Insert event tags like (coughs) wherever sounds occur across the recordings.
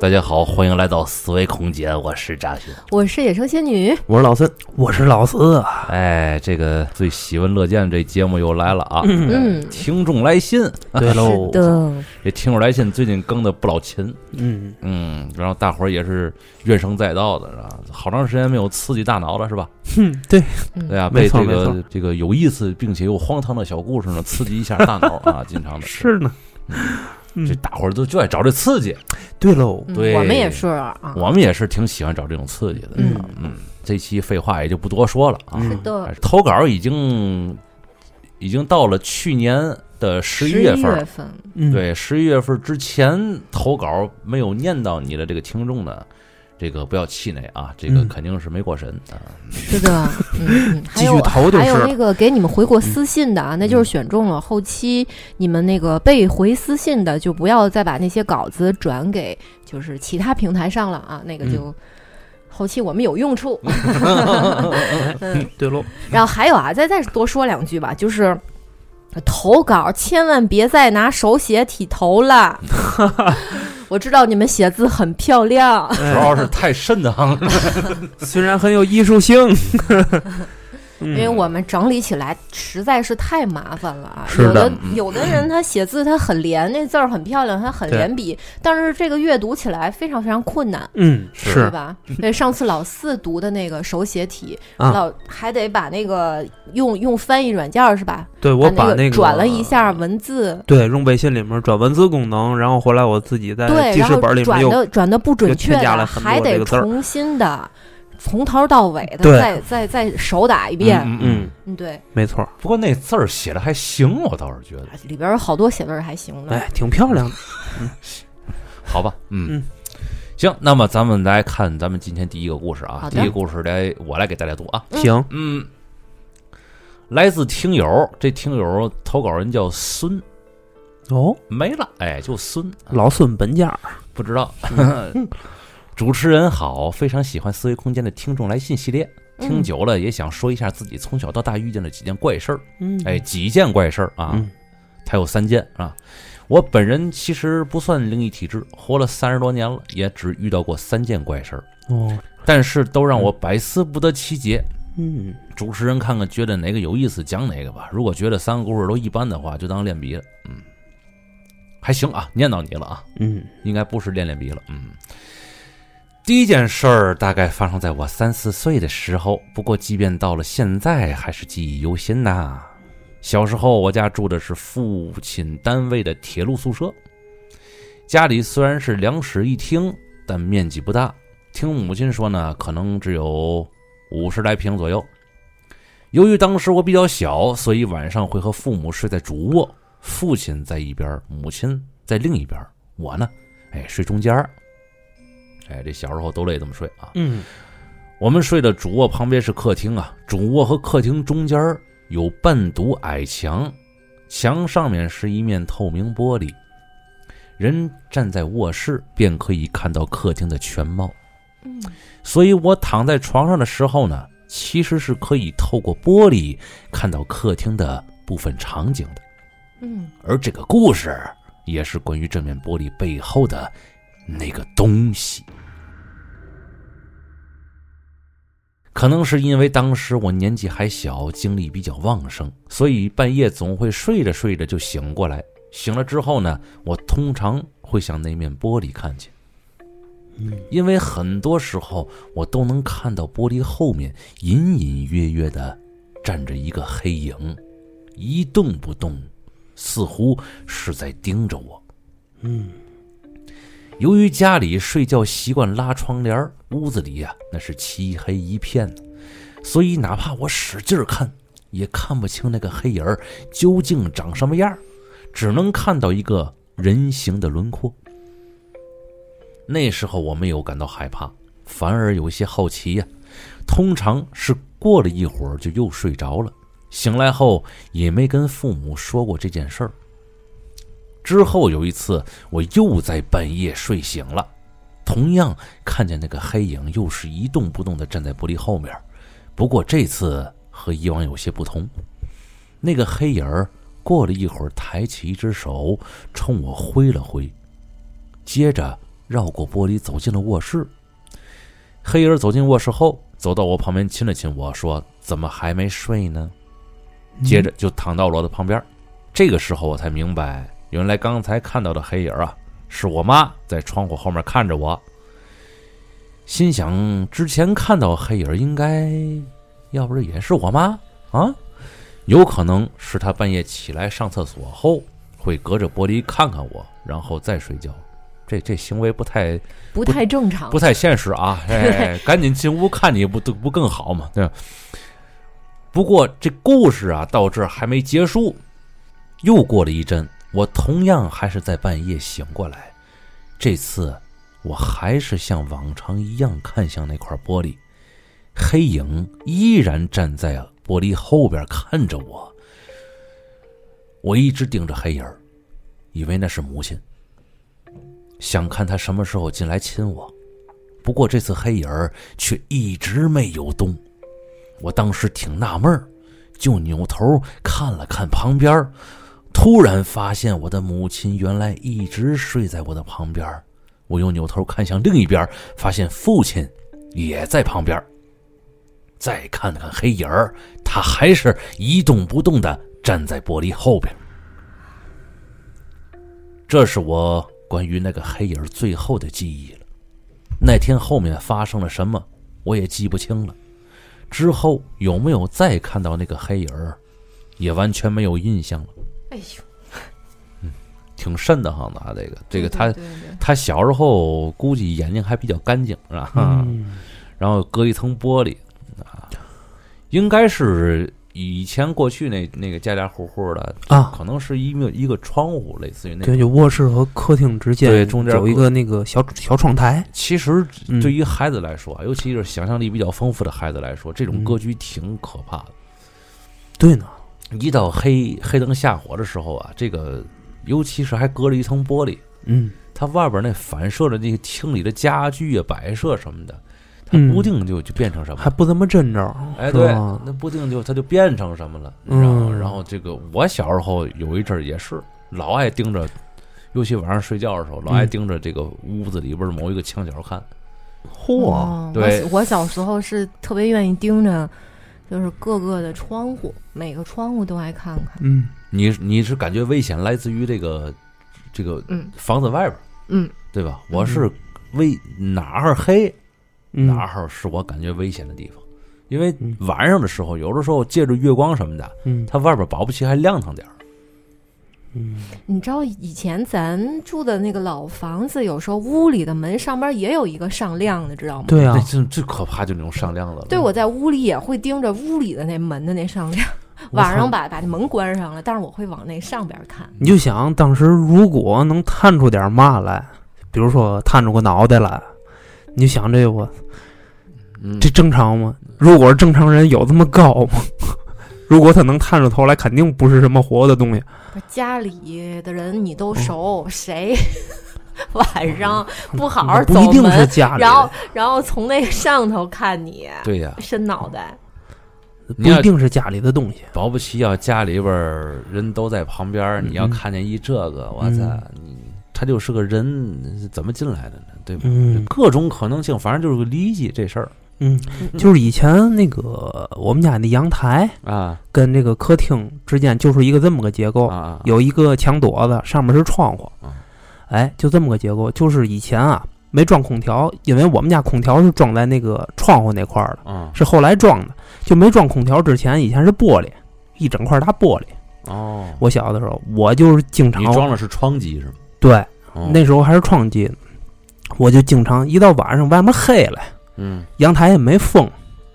大家好，欢迎来到思维空间，我是扎心。我是野生仙女，我是老孙，我是老四啊，哎，这个最喜闻乐见这节目又来了啊！嗯，听众来信， (laughs) 对喽是，的，这听众来信最近更的不老勤，嗯，嗯，然后大伙儿也是怨声载道的，是吧？好长时间没有刺激大脑了，是吧？嗯对啊，没被错这没个错这个有意思并且又荒唐的小故事呢刺激一下大脑啊，经常的是呢，嗯这，大伙儿都就爱找这刺激，对喽，嗯对我们也是啊，我们也是挺喜欢找这种刺激的。嗯嗯，这期废话也就不多说了啊。嗯是的，投稿已经已经到了去年的十一月份11儿月，份，嗯，对，十一月份之前投稿没有念到你的这个听众呢，这个不要气馁啊，这个嗯肯定是没过神啊。是的，嗯，嗯还继续有投就还有是那个给你们回过私信的啊，那就是选中了，后期你们那个被回私信的，就不要再把那些稿子转给就是其他平台上了啊，那个就后期我们有用处，嗯， (laughs) 对喽，然后还有啊，再再多说两句吧，就是。投稿千万别再拿手写体投 (laughs) 了，我知道你们写字很漂亮，主 (laughs) 要是太瘆得慌了。嗯虽然很有艺术性，因嗯因为我们整理起来实在是太麻烦了啊。是有的的嗯有的人他写字他很连，那字儿很漂亮，他很对连笔，但是这个阅读起来非常非常困难。嗯对是吧？对，上次老四读的那个手写体，啊老还得把那个用用翻译软件儿是吧？对我把把那那个个转了一，下文字，对，用微信里面转文字功能，然后回来我自己在对，记然事后本里面转又的转的不准又确添加的，了很多还这得个字儿重新的从头到尾的对再再再手打一遍。嗯嗯，，嗯，对，没错，不过那字儿写的还行，我倒是觉得里边有好多写字儿还行的。哎，挺漂亮的，好吧。嗯嗯，行，那么咱们来看咱们今天第一个故事啊好，第的一个故事来我来给大家读啊。嗯行，嗯，来自听友，这听友投稿人叫孙，哦，没了，哎，就孙，老孙本家，不知道。嗯 (laughs) 主持人好，非常喜欢思维空间的听众来信系列，听嗯久了也想说一下自己从小到大遇见的几件怪事儿，嗯，哎，几件怪事儿啊，嗯，他有三件啊。我本人其实不算灵异体质，活了三十多年了，也只遇到过三件怪事儿，哦，但是都让我百思不得其解。嗯，主持人看看觉得哪个有意思讲哪个吧。如果觉得三个故事都一般的话，就当练笔了。嗯，还行啊，念到你了啊，嗯，应该不是练练笔了。嗯，第一件事儿大概发生在我三四岁的时候，不过即便到了现在，还是记忆犹新呐。小时候我家住的是父亲单位的铁路宿舍，家里虽然是两室一厅，但面积不大。听母亲说呢，可能只有五十来平左右。由于当时我比较小，所以晚上会和父母睡在主卧，父亲在一边儿，母亲在另一边儿，我呢，哎，睡中间儿。哎，这小时候都得这么睡啊。嗯，我们睡的主卧旁边是客厅啊，主卧和客厅中间儿有半堵矮墙，墙上面是一面透明玻璃，人站在卧室便可以看到客厅的全貌。嗯所以我躺在床上的时候呢，其实是可以透过玻璃看到客厅的部分场景的。嗯而这个故事也是关于这面玻璃背后的那个东西。可能是因为当时我年纪还小，精力比较旺盛，所以半夜总会睡着睡着就醒过来。醒了之后呢，我通常会向那面玻璃看去，嗯因为很多时候我都能看到玻璃后面隐隐约约的站着一个黑影，一动不动，似乎是在盯着我。嗯，由于家里睡觉习惯拉窗帘儿，屋子里呀、啊那是漆黑一片的，所以哪怕我使劲儿看，也看不清那个黑影儿究竟长什么样儿，只能看到一个人形的轮廓。那时候我没有感到害怕，反而有些好奇呀、通常是过了一会儿就又睡着了，醒来后也没跟父母说过这件事儿。之后有一次，我又在半夜睡醒了，同样看见那个黑影又是一动不动的站在玻璃后面。不过这次和以往有些不同，那个黑影儿过了一会儿抬起一只手冲我挥了挥，接着绕过玻璃走进了卧室。黑影走进卧室后，走到我旁边亲了亲我说：“怎么还没睡呢？”接着就躺到了我的旁边。这个时候我才明白，原来刚才看到的黑影啊，是我妈在窗户后面看着我。心想之前看到黑影应该，要不是也是我妈啊，有可能是她半夜起来上厕所后会隔着玻璃看看我，然后再睡觉。这这行为不太不太正常，不太现实啊！哎，赶紧进屋看你不都不更好吗？对吧。不过这故事啊，到这儿还没结束。又过了一阵，我同样还是在半夜醒过来。这次我还是像往常一样看向那块玻璃，黑影依然站在玻璃后边看着我。我一直盯着黑影儿，以为那是母亲。想看他什么时候进来亲我。不过这次黑影儿却一直没有动，我当时挺纳闷儿，就扭头看了看旁边儿，突然发现我的母亲原来一直睡在我的旁边儿。我又扭头看向另一边儿，发现父亲也在旁边儿。再看看黑影儿，他还是一动不动的站在玻璃后边儿。这是我关于那个黑影儿最后的记忆了。那天后面发生了什么，我也记不清了。之后有没有再看到那个黑影儿，也完全没有印象了。哎呦，挺瘆得慌的啊，这嗯个这个对他对对对他小时候估计眼睛还比较干净是吧？嗯，然后隔一层玻璃啊，应该是以前过去那那个家家户户的啊可能是一个一个窗户，类似于那种。对，就卧室和客厅之间，对中间有一隔个那个小小窗台，其实嗯对于孩子来说，啊尤其是想象力比较丰富的孩子来说，这种嗯格局挺可怕的。对呢，一到黑黑灯瞎火的时候啊，这个尤其是还隔着一层玻璃，嗯，它外边那反射的那个厅里的家具啊、摆设什么的，它嗯不定就就变成什么还了。不怎么真着，哎，是对吧，那不定就它就变成什么了。嗯然后，然后这个我小时候有一阵儿也是老爱盯着，尤其晚上睡觉的时候，老爱嗯盯着这个屋子里边的某一个墙角看。哦我对小我小时候是特别愿意盯着，就是各个的窗户，每个窗户都爱看看。嗯，你你是感觉危险来自于这个这个嗯房子外边儿，嗯，对吧？我是危哪儿黑嗯哪儿是我感觉危险的地方，因为嗯晚上的时候，有的时候借助月光什么的，嗯它外边保不齐还亮堂点儿。嗯，你知道以前咱住的那个老房子，有时候屋里的门上边也有一个上亮的，知道吗？对啊那，最最可怕就那种上亮的了。对，我在屋里也会盯着屋里的那门的那上亮，晚上把把那门关上了，但是我会往那上边看。你就想当时如果能探出点嘛来，比如说探出个脑袋来，你就想这我嗯，这正常吗？如果是正常人，有这么高吗？ (laughs) 如果他能探出头来，肯定不是什么活的东西。不是家里的人你嗯都 (laughs) 熟，谁晚上不好好那走不一定是门，家里然后人，然后从那个上头看你，对呀，伸脑袋，不一定是家里的东西。保不齐要家里边儿人都在旁边儿，嗯你要看见一这个，我操，你他就是个人，怎么进来的呢？对吧？嗯各种可能性，反正就是个离奇这事儿嗯，就是以前那个我们家那阳台啊跟这个客厅之间就是一个这么个结啊构，啊！哦有一个墙垛子，上面是窗户嗯，哎，就这么个结构。就是以前啊没装空调，因为我们家空调是装在那个窗户那块儿的，啊是后来装的，就没装空调之前，以前是玻璃，一整块大玻璃。哦，我小的时候，我就是经常你装的是窗机是吗？对，哦那时候还是创机呢，我就经常一到晚上外面黑了，嗯阳台也没封，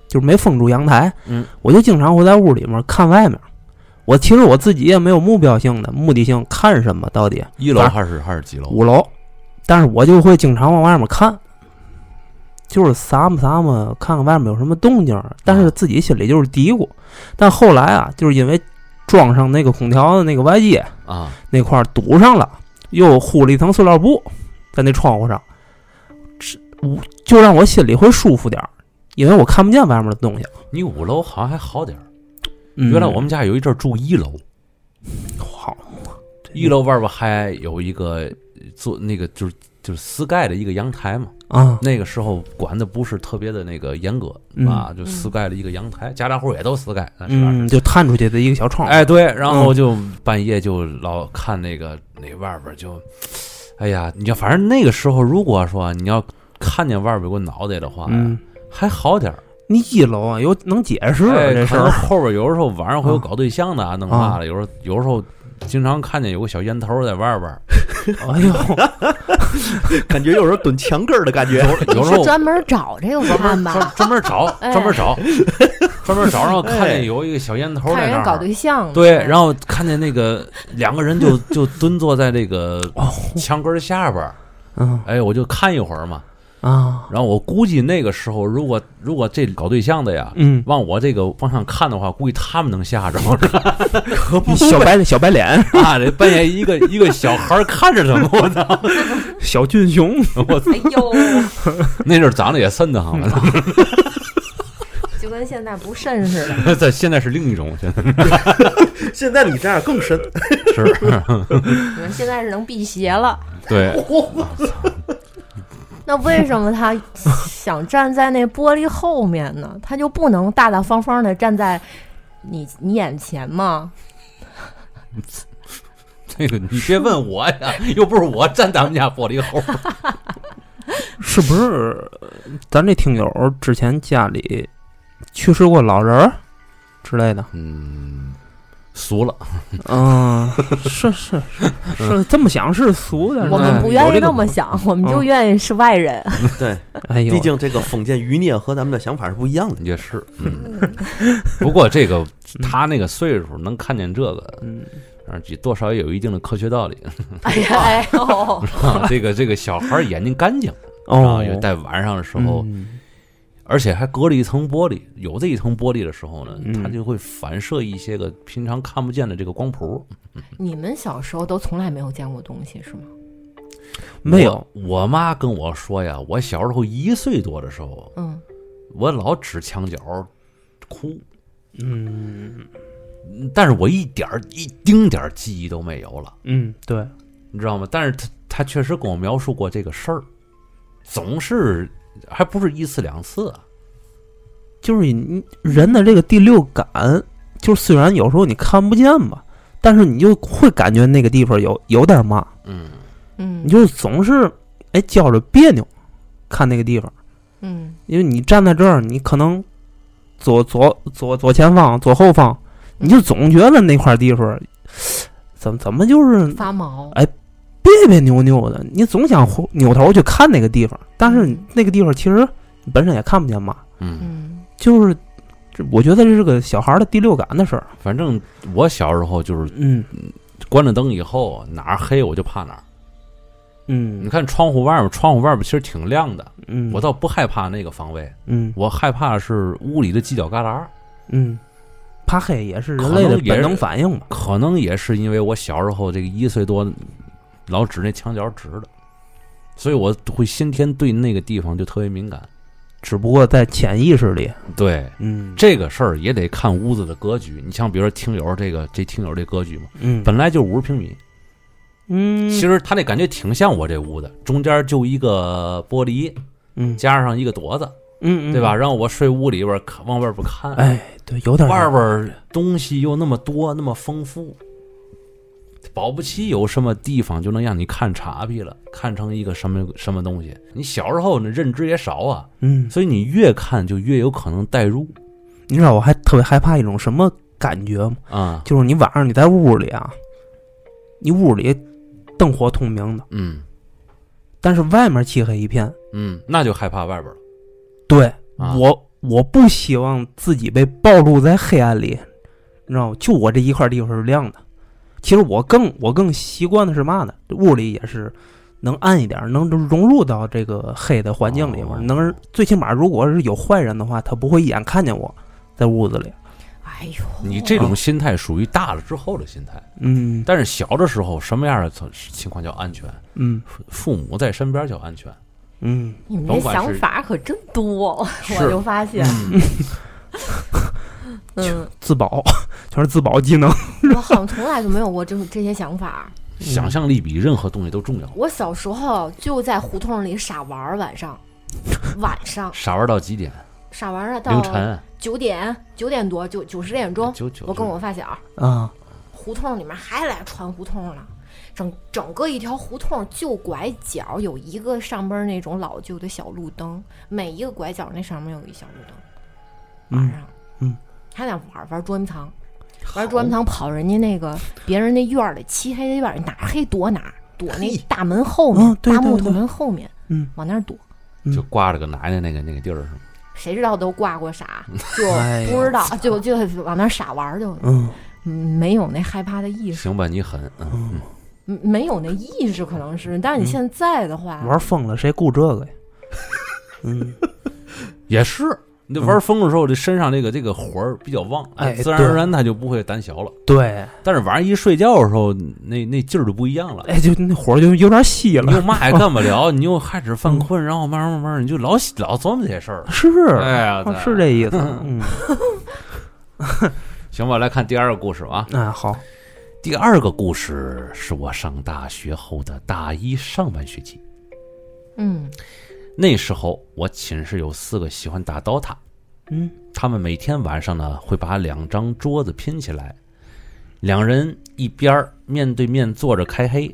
就是没封住阳台，嗯，我就经常会在屋里面看外面。我其实我自己也没有目标性的目的性看什么到底一楼反还是还是几楼？五楼，但是我就会经常往外面看，就是撒嘛撒嘛，看看外面有什么动静儿，但是自己心里就是嘀咕。但后来啊，就是因为装上那个空调的那个外接，啊，那块儿堵上了，又糊了一层塑料布在那窗户上，这我就让我心里会舒服点儿，因为我看不见外面的东西。你五楼好像还好点儿。嗯、原来我们家有一阵儿住一楼，好，一楼外边还有一个做那个就是就是私盖的一个阳台嘛。啊，那个时候管的不是特别的那个严格嗯啊，就私盖了一个阳台，家家户户也都私盖。那是嗯，就探出去的一个小窗户，哎，对，然后就半夜就老看那个那外边就，哎呀，你要反正那个时候，如果说你要看见外边有个脑袋的话，嗯，还好点儿。你一楼啊，有能解释哎这事可能儿，后边有时候晚上会有搞对象的啊，弄嘛啊的，有时候有时候经常看见有个小烟头在外边儿，哎呦， (laughs) 感觉有时候蹲墙根儿的感觉。 (laughs) 有你时是候专门找这个看吧专？专门 (laughs) 找，哎专门找，专门找，然后看哎见有一个小烟头看在人那家搞儿。对象呢，对，然后看见那个两个人就就蹲坐在这个哦墙根儿下边儿，嗯哎，我就看一会儿嘛。啊，然后我估计那个时候，如果如果这搞对象的呀，嗯，往我这个方向看的话，估计他们能吓着。是吧小白小白脸， (laughs) 啊，这半夜一个一个小孩儿看着他们，我操！小俊 (laughs) 雄，我哎呦， (laughs) 那阵儿长得也瘆得慌了，就跟现在不慎似的。这现 (laughs) 在是另一种，现在现在你这样更深， (laughs) 是，你们现在是能辟邪了，对， (laughs) 那为什么他想站在那玻璃后面呢？他就不能大大方方的站在你你眼前吗？ (laughs) 这个你别问我呀，又不是我站咱们家玻璃后。是不是咱这听友之前家里去世过老人儿之类的？嗯，俗了，啊嗯，是是嗯是 (laughs) 是，这么想是俗的，我们不愿意那么想，我们就愿意是外人。 (laughs) 对，哎呦，毕竟这个封建余孽和咱们的想法是不一样的。也是。嗯， (laughs) 不过这个他那个岁数能看见这个，嗯，啊，也多少也有一定的科学道理。 (laughs) (laughs) 哎呀，哎 (laughs) 呦，这个这个小孩儿眼睛干净哦啊，，有在晚上的时候，嗯而且还隔了一层玻璃。有这一层玻璃的时候呢，嗯它就会反射一些个平常看不见的这个光谱。你们小时候都从来没有见过东西是吗？没有我，我妈跟我说呀，我小时候一岁多的时候，嗯，我老指墙角哭，嗯但是我一点儿一丁点儿记忆都没有了，嗯，对，你知道吗？但是他他确实跟我描述过这个事儿，总是还不是一次两次啊。就是你人的这个第六感，就是虽然有时候你看不见吧，但是你就会感觉那个地方有有点嘛，嗯，嗯，你就总是哎觉着别扭，看那个地方，嗯因为你站在这儿，你可能左左左左前方、左后方，你就总觉得那块地方怎么怎么就是发毛。别别扭扭的，你总想回扭头去看那个地方，但是嗯那个地方其实你本身也看不见嘛，嗯，嗯，就是这，我觉得这是个小孩儿的第六感的事儿。反正我小时候就是嗯关了灯以后，哪儿黑我就怕哪儿。你嗯看窗户外面，窗户外面其实挺亮的，嗯，我倒不害怕那个方位，嗯我害怕的是屋里的犄角旮旯。嗯，怕黑也是人类可的能也本能反应嘛。可能也是因为我小时候这个一岁多，老指那墙角指的，所以我会先天对那个地方就特别敏感。只不过在潜意识里，对嗯这个事儿也得看屋子的格局。你像比如说听友这个这听友这格局嘛，嗯本来就五十平米，嗯，其实他那感觉挺像我这屋的，中间就一个玻璃嗯加上一个垛子，嗯嗯对吧？？让我睡屋里边儿看往外边儿看，哎，对，有点儿外边儿东西又那么多那么丰富，保不齐有什么地方就能让你看岔劈了，看成一个什么什么东西。你小时候呢认知也少啊，嗯，所以你越看就越有可能代入你知道我还特别害怕一种什么感觉吗？啊，就是你晚上你在屋里啊，你屋里灯火通明的，嗯但是外面漆黑一片。嗯，那就害怕外边了。对、啊我，我不希望自己被暴露在黑暗里，你知道吗？就我这一块地方是亮的。其实我更我更习惯的是嘛呢？屋里也是能暗一点，能融入到这个黑的环境里面，哦能最起码如果是有坏人的话，他不会一眼看见我在屋子里。哎呦，你这种心态属于大了之后的心态，嗯但是小的时候什么样的情况叫安全？嗯父母在身边叫安全。嗯，你们这想法可真多，我就发现，嗯， (laughs) 自保 (laughs) 全是自保技能。我好像从来就没有过这种这些想法。想象力比任何东西都重要。我小时候就在胡同里傻玩儿，晚上，晚上傻玩到几点？傻玩儿啊，凌到晨九点九点多九九十点钟，九九。我跟我发小儿啊，胡同里面还来穿胡同呢。整整个一条胡同就拐角有一个上边儿那种老旧的小路灯，每一个拐角那上面有一小路灯。晚嗯上，嗯，还在玩儿玩捉迷藏，玩捉迷藏跑人家那个别人那院儿里，漆黑的院儿里，哪儿黑躲哪儿，躲那嘿大门后面，嗯对大对木头对门后面，嗯，往那儿躲。就挂着个奶奶那个那个地儿，谁知道都挂过 (laughs) 啥，就哎呀不知道，就就往那儿傻玩儿就，嗯嗯，没有那害怕的意识，行吧，你狠，嗯嗯，嗯没有那意识可能是，但是你嗯现在的话，玩疯了谁顾这 (laughs) 个呀？嗯，也是。你这玩疯的时候，这身上这个这个火儿比较旺，哎自然而然他就不会胆小了。对，但是晚上一睡觉的时候，那那劲儿就不一样了。哎，就那火就有点熄你了，又嘛也干不了，你又开始犯困，然后慢慢慢慢你就老老琢磨这些事儿了。嗯是，哎呀啊，是这意思，嗯，行吧，来看第二个故事啊。哎，好，第二个故事是我上大学后的大一上半学期，嗯，那时候我寝室有四个喜欢打 DOTA，嗯他们每天晚上呢会把两张桌子拼起来，两人一边儿面对面坐着开黑。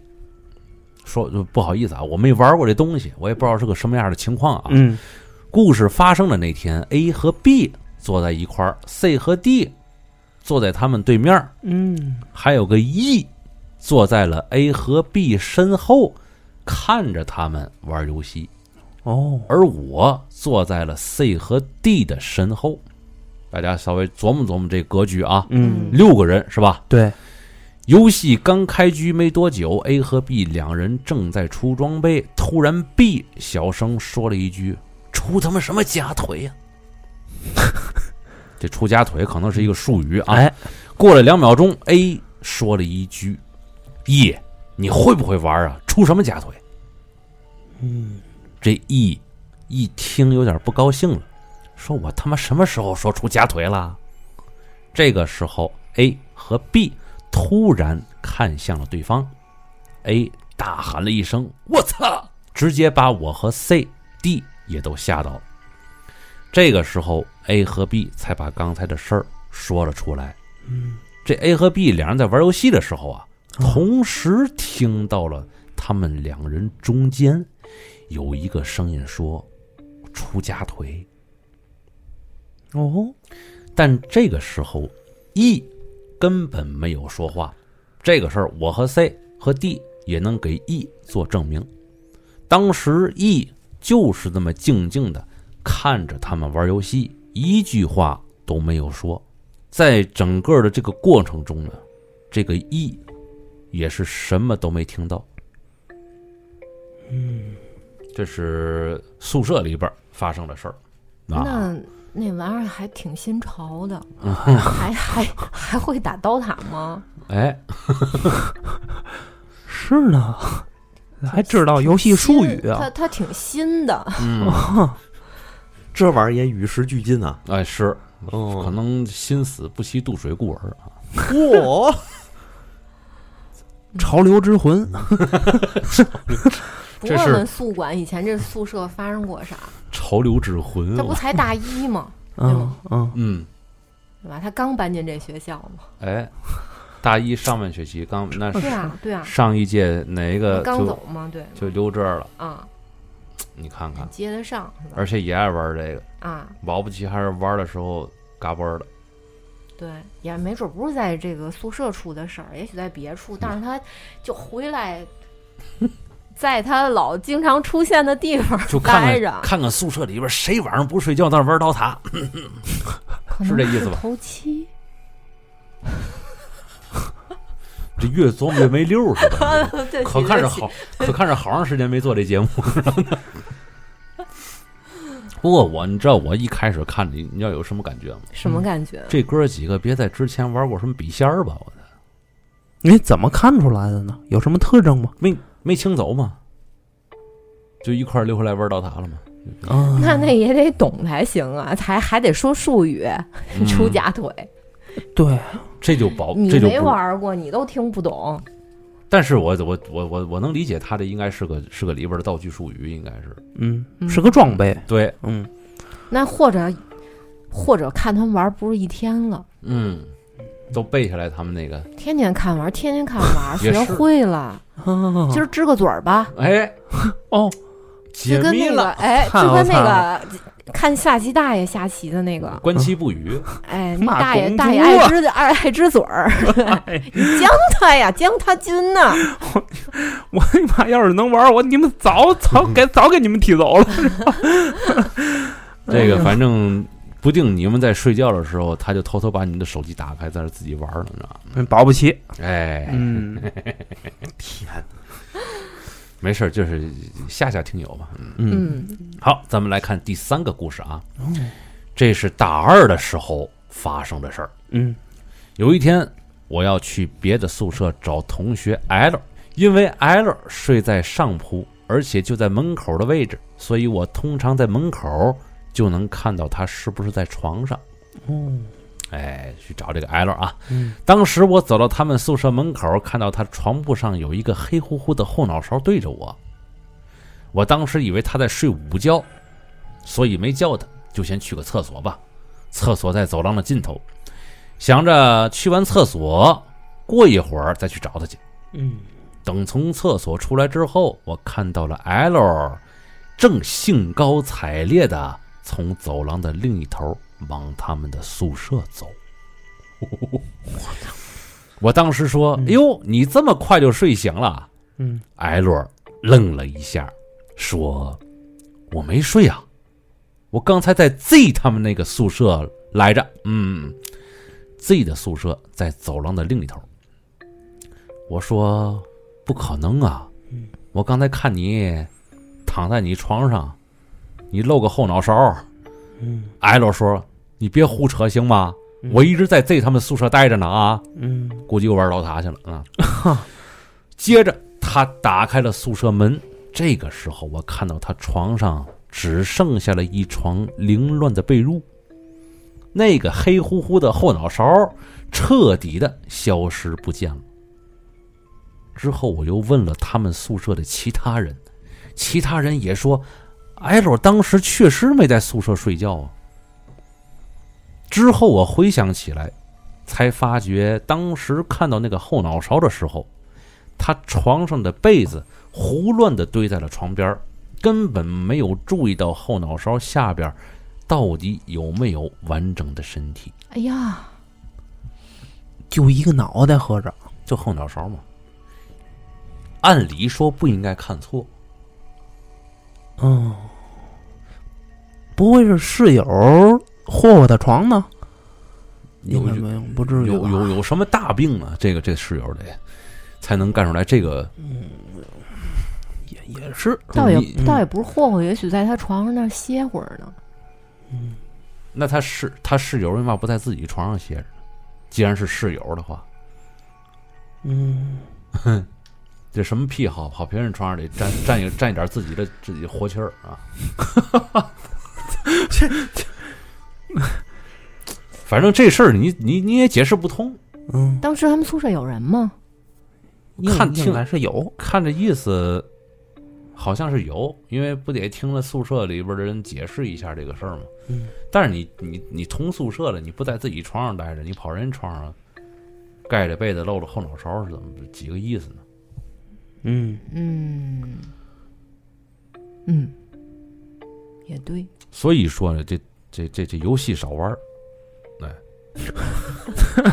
说呃不好意思啊，我没玩过这东西，我也不知道是个什么样的情况啊。嗯故事发生的那天，A 和 B 坐在一块儿，C 和 D 坐在他们对面儿，嗯，还有个 E 坐在了 A 和 B 身后，看着他们玩游戏，哦，而我坐在了 C 和 D 的身后。大家稍微琢磨琢磨这格局啊，嗯，六个人是吧？对，游戏刚开局没多久，A 和 B 两人正在出装备，突然 B 小声说了一句：“出他妈什么假腿呀、 (laughs) 这“出假腿”可能是一个术语啊。哎，过了两秒钟，A 说了一句：“耶，你会不会玩啊？出什么假腿嗯，？”这 E 一听有点不高兴了，说：“我他妈什么时候说出假腿了？”这个时候，A 和 B 突然看向了对方，A 大喊了一声：“我操！”直接把我和 C、D 也都吓到了。这个时候，A 和 B 才把刚才的事儿说了出来。嗯，这 A 和 B 两人在玩游戏的时候啊，哦同时听到了他们两人中间有一个声音说“出家腿哦，”，但这个时候 E 根本没有说话。这个事儿，我和 C 和 D 也能给 E 做证明。当时 E 就是这么静静的看着他们玩游戏，一句话都没有说。在整个的这个过程中呢，这个 E 也是什么都没听到。嗯，这是宿舍里边儿发生的事儿啊。那那玩意儿还挺新潮的，嗯还还还会打刀塔吗？哎，是呢，还知道游戏术语它啊，它挺新的，嗯，这玩意儿也与时俱进啊！哎是，可哦，能心死不息渡水故而啊。嚯，潮流之魂，不这问是问宿管以前这宿舍发生过啥？潮流之魂他，不才大一吗？嗯嗯，嗯，对吧？他刚搬进这学校嘛。哎，大一上半学期刚那对啊，对啊，上一届哪一呃个刚就走嘛，对就溜这儿了？啊，你看啊看，接得上是吧而且也爱玩这个，啊，保不齐还是玩的时候嘎嘣儿的。对，也没准不是在这个宿舍出的事儿，也许在别处，但是他就回 (laughs) 来，在他老经常出现的地方就看待看着，看看宿舍里边谁晚上不睡觉在那玩刀塔，可是能这意思吧头七，这越琢磨越没溜儿似 (laughs) 的。 (laughs) 对，可看着好，可看着好长时间没做这节目了。 (laughs) 不过我，你知道我一开始看你，你知道有什么感觉啊吗？什么感觉？这哥几个别在之前玩过什么笔仙儿吧？我的你怎么看出来的呢？有什么特征吗？没没请走吗？就一块儿溜回来玩刀塔了吗？啊，那那也得懂才行啊，还还得说术语， (laughs) 出假腿，对，嗯这就保，你嗯哦这就没不玩过，你都听不懂，但是我我我我我能理解他这应该是个是个里边的道具术语，应该是嗯，嗯是个装备，对，嗯，那或者或者看他们玩儿不是一天了，嗯，都背下来他们那个，天天看玩儿，天天看玩儿， (laughs) 也学是嗯会了。今哦儿支个嘴儿吧，哎， (laughs) 哦，解就跟密那个了，哎，看就跟我那个看下棋大爷下棋的那 (laughs) 个，观其不语，哎，骂大爷公大爷主爱啊支爱爱支嘴儿， (laughs) 你将他呀，将他军呐， (laughs) 我他妈要是能玩儿，我你们早早给早给你们踢走了。这个反正不定你们在睡觉的时候，他就偷偷把你们的手机打开，在那自己玩呢，你知道吗？嗯保不齐，哎，嗯，天没事儿，就是吓吓听友吧。嗯嗯，嗯，好，咱们来看第三个故事啊，这是大二的时候发生的事儿。嗯有一天，我要去别的宿舍找同学 L，因为 L 睡在上铺，而且就在门口的位置，所以我通常在门口就能看到他是不是在床上。哦，哎，去找这个 L 啊！嗯当时我走到他们宿舍门口，看到他床铺上有一个黑乎乎的后脑勺对着我。我当时以为他在睡午觉，所以没叫他，就先去个厕所吧。厕所在走廊的尽头，想着去完厕所，过一会儿再去找他去。嗯，等从厕所出来之后，我看到了 L 正兴高采烈的从走廊的另一头往他们的宿舍走。我当时说：“哎呦，你这么快就睡醒了嗯，？” L 愣了一下，说：“我没睡啊，我刚才在 Z 他们那个宿舍来着。嗯，Z 的宿舍在走廊的另一头。”我说：“不可能啊！我刚才看你躺在你床上，你露个后脑勺。”嗯 L 说：“你别胡扯行吗？嗯我一直在 Z 他们宿舍待着呢啊，嗯估计又玩老塔去了啊。接着他打开了宿舍门，这个时候我看到他床上只剩下了一床凌乱的被褥，那个黑乎乎的后脑勺彻底的消失不见了。之后我又问了他们宿舍的其他人，其他人也说，艾洛当时确实没在宿舍睡觉啊。之后我回想起来，才发觉当时看到那个后脑勺的时候，他床上的被子胡乱的堆在了床边儿，根本没有注意到后脑勺下边儿到底有没有完整的身体，哎呀，就一个脑袋合着，就后脑勺嘛。按理说不应该看错，嗯，不会是室友霍霍他床呢？有应该 (laughs) 没有，啊不至于有吧有有什么大病啊？这个这室友得才能干出来这个嗯也也是，倒也你倒也不是霍霍，也许在他床上那儿歇会儿呢。那他室他室友为嘛不在自己床上歇着呢？既然是室友的话，嗯这什么癖好？跑别人床上得 (laughs) 占占一占一点自己的自己活气儿 (laughs) 啊！反正这事儿你你你也解释不通，嗯，当时他们宿舍有人吗？应看应听该是有，看这意思好像是有，因为不得听了宿舍里边的人解释一下这个事儿吗？嗯但是你你你同宿舍的，你不在自己床上待着，你跑人床上盖着被子露着后脑勺是怎么几个意思呢？嗯嗯，嗯，也对，所以说呢，这这这这游戏少玩儿。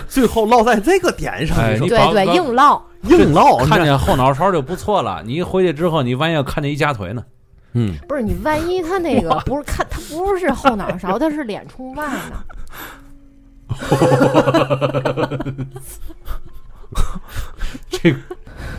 最后落在这个点上，哎你说你对把对，把硬唠。硬唠，看你见后脑勺就不错了。你一回去之后，你万一要看见一夹腿呢？嗯，不是你，万一他那个不是看他不是后脑勺，他是脸冲外呢。这个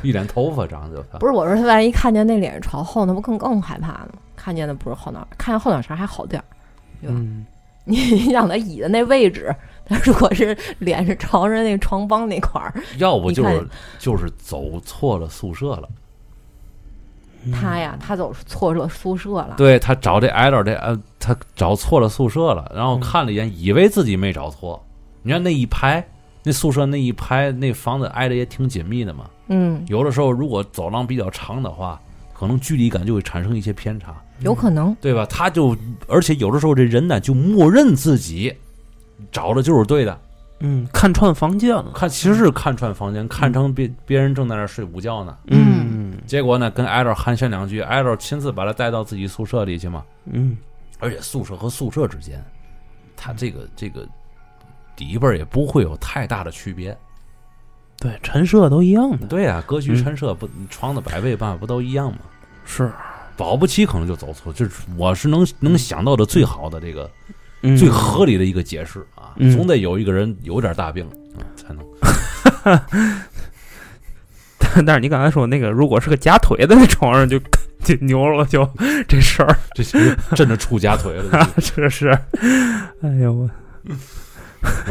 一脸头发长的就不是我说他万一看见那脸是朝后，那不更更害怕呢？看见的不是后脑，看见后脑勺还好点儿。 (laughs) 对吧嗯，你想他倚的那位置，他如果是脸是朝着那床帮那块儿，要不就你是看就是走错了宿舍了。他呀，他走错了宿舍了。对他找这 L 这呃，嗯他找错了宿舍了，然后看了一眼，以为自己没找错。你看那一排那宿舍那一排那房子挨着也挺紧密的嘛，嗯，有的时候如果走廊比较长的话，可能距离感就会产生一些偏差，有可能，对吧？他就而且有的时候这人呢就默认自己找的就是对的，嗯，看穿房间了，看其实是看穿房间，看成别别人正在那儿睡午觉呢，嗯结果呢跟艾乐寒暄两句，艾乐亲自把他带到自己宿舍里去嘛，嗯而且宿舍和宿舍之间，他这个这个底辈儿也不会有太大的区别。对，陈设都一样的，对呀、格局嗯陈设不、床的摆位办法不都一样吗？是保不齐可能就走错，就是我是能能想到的最好的这个、嗯最合理的一个解释啊，嗯总得有一个人有点大病、嗯、才能。 (laughs) 但是你刚才说那个，如果是个假腿在那床上就 (laughs) 就牛了，就这事儿， (laughs) 这是真的出家腿了，这是，哎呦我，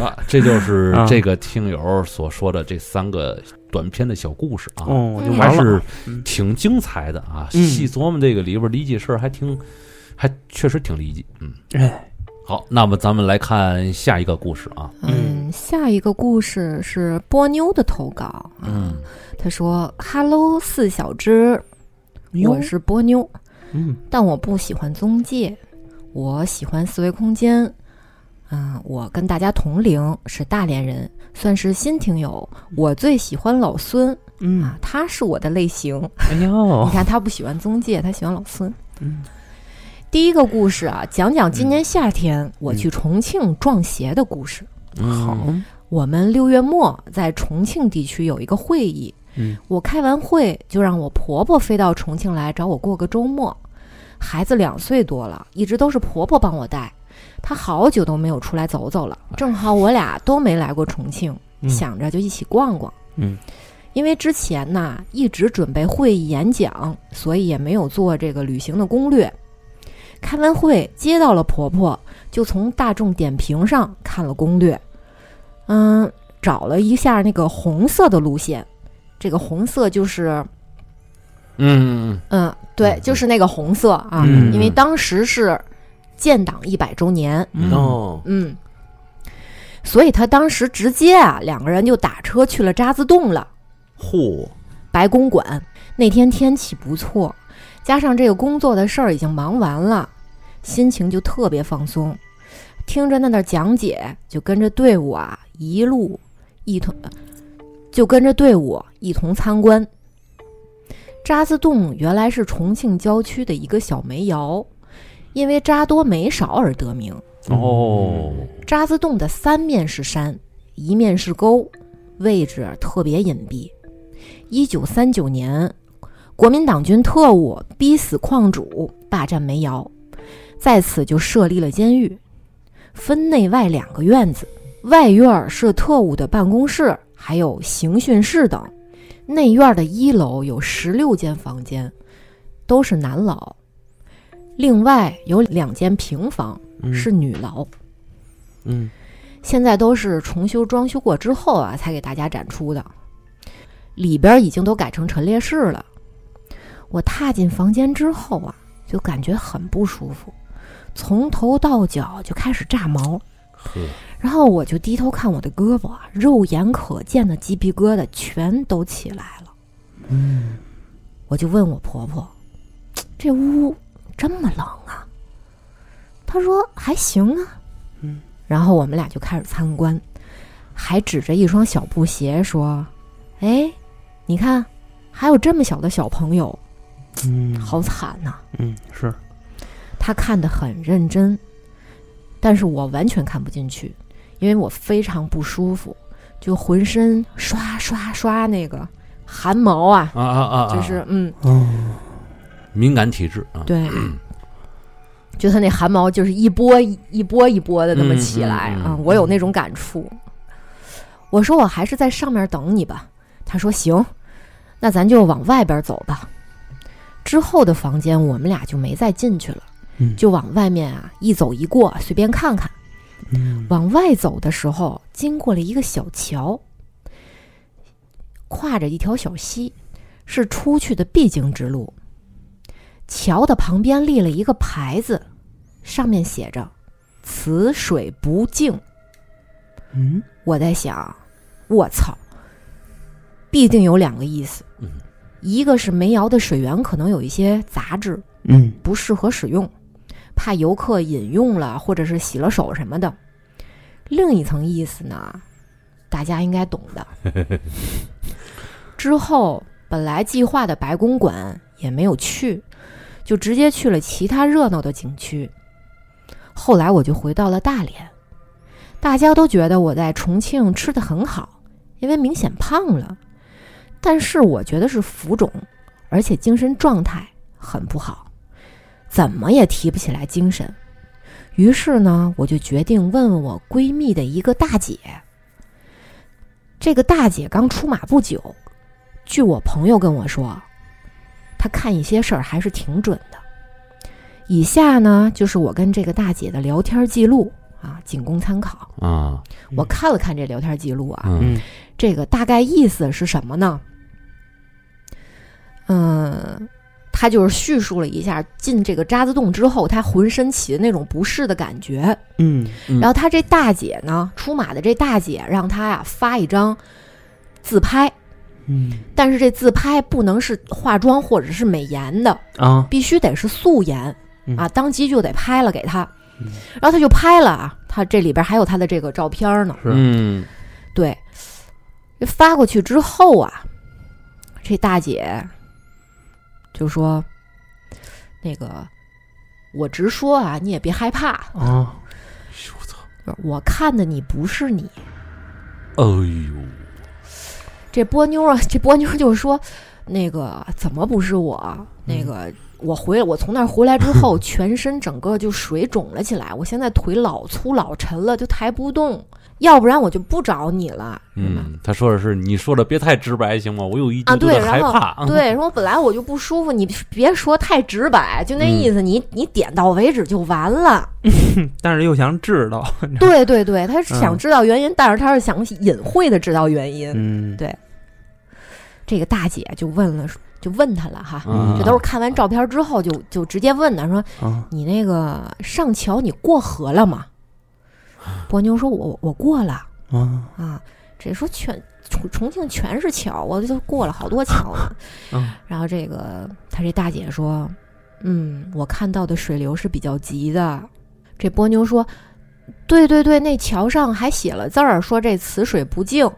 啊，这就是啊这个听友所说的这三个短篇的小故事啊。哦，我就嗯还完了，是嗯挺精彩的啊，嗯细琢磨这个里边理解事儿还挺，还确实挺理解。嗯，哎，好，那么咱们来看下一个故事啊。嗯嗯，下一个故事是波妞的投稿，嗯，她说：“Hello，四小只，哟我是波妞，嗯但我不喜欢宗介，我喜欢四维空间。啊、我跟大家同龄，是大连人，算是新听友。我最喜欢老孙嗯啊，，他是我的类型。哎呦你，看，他不喜欢宗介，他喜欢老孙。嗯第一个故事啊，讲讲今年夏天我去重庆撞邪的故事。嗯好，我们六月末在重庆地区有一个会议，嗯我开完会就让我婆婆飞到重庆来找我过个周末。孩子两岁多了，一直都是婆婆帮我带，她好久都没有出来走走了。正好我俩都没来过重庆，啊嗯想着就一起逛逛。嗯，因为之前呐一直准备会议演讲，所以也没有做这个旅行的攻略。开完会接到了婆婆，就从大众点评上看了攻略，嗯，找了一下那个红色的路线，这个红色就是，嗯，嗯嗯，对，嗯就是那个红色啊，嗯因为当时是建党一百周年，嗯哦，嗯，所以他当时直接啊，两个人就打车去了渣滓洞了。嚯，白公馆。那天天气不错，加上这个工作的事儿已经忙完了，心情就特别放松。听着那点儿讲解，就跟着队伍啊一路一同，就跟着队伍一同参观。渣滓洞原来是重庆郊区的一个小煤窑，因为渣多煤少而得名。哦，渣滓洞的三面是山，一面是沟，位置特别隐蔽。一九三九年，国民党军特务逼死矿主，霸占煤窑，在此就设立了监狱，分内外两个院子，外院儿设特务的办公室，还有刑讯室等。内院儿的一楼有十六间房间，都是男牢，另外有两间平房嗯是女牢。嗯现在都是重修装修过之后啊，才给大家展出的。里边儿已经都改成陈列室了。我踏进房间之后啊，就感觉很不舒服，从头到脚就开始炸毛。呵，然后我就低头看我的胳膊啊，肉眼可见的鸡皮疙瘩全都起来了。我就问我婆婆：“这屋这么冷啊？”她说：“还行啊。”嗯，然后我们俩就开始参观，还指着一双小布鞋说：“哎，你看，还有这么小的小朋友，嗯，好惨呐、嗯是，他看得很认真，但是我完全看不进去，因为我非常不舒服，就浑身刷刷刷那个汗毛啊，啊啊啊，就是嗯，嗯敏感体质啊，对，就他那汗毛就是一波一一波一波的那么起来嗯嗯嗯啊，我有那种感触。我说我还是在上面等你吧，他说行，那咱就往外边走吧。之后的房间我们俩就没再进去了，嗯就往外面啊一走一过，随便看看。嗯往外走的时候，经过了一个小桥，跨着一条小溪，是出去的必经之路。桥的旁边立了一个牌子，上面写着“此水不净嗯”。我在想，我操，必定有两个意思嗯，一个是煤窑的水源可能有一些杂质，嗯不适合使用，怕游客饮用了或者是洗了手什么的。另一层意思呢，大家应该懂的。之后本来计划的白公馆也没有去，就直接去了其他热闹的景区。后来我就回到了大连，大家都觉得我在重庆吃的很好，因为明显胖了，但是我觉得是浮肿，而且精神状态很不好。怎么也提不起来精神。于是呢，我就决定问问我闺蜜的一个大姐。这个大姐刚出马不久，据我朋友跟我说，她看一些事儿还是挺准的。以下呢，就是我跟这个大姐的聊天记录啊，仅供参考。啊，我看了看这聊天记录啊，嗯嗯这个大概意思是什么呢？嗯，他就是叙述了一下进这个渣滓洞之后，他浑身起的那种不适的感觉。嗯嗯然后他这大姐呢，出马的这大姐让他呀、发一张自拍，嗯但是这自拍不能是化妆或者是美颜的，啊必须得是素颜嗯啊，当即就得拍了给他嗯。然后他就拍了啊，他这里边还有他的这个照片呢。是嗯对，这发过去之后啊，这大姐就说：“那个，我直说啊，你也别害怕，啊我看的你不是你。哎呦，”这波妞啊，这波妞就说：“那个怎么不是我？啊嗯那个我回我从那儿回来之后，全身整个就水肿了起来，我现在腿老粗老沉了，就抬不动，要不然我就不找你了。”嗯，他说的是你说的别太直白行吗？我有一啊丢丢对的然害后嗯怕。对，说本来我就不舒服，你别说太直白，就那嗯意思，你你点到为止就完 (laughs) 了。但是又想知道，对对对，他是想嗯知道原因，但是他是想隐晦的知道原因。嗯这个大姐就问了，就问他了哈，嗯这都是看完照片之后就就直接问他说啊：“你那个上桥你过河了吗？”波妞说我：“我我过了啊啊。”这说全重重庆全是桥，我就过了好多桥呢。啊然后这个他这大姐说：“嗯，我看到的水流是比较急的。”这波妞说：“对对对，那桥上还写了字儿，说这此水不净啊。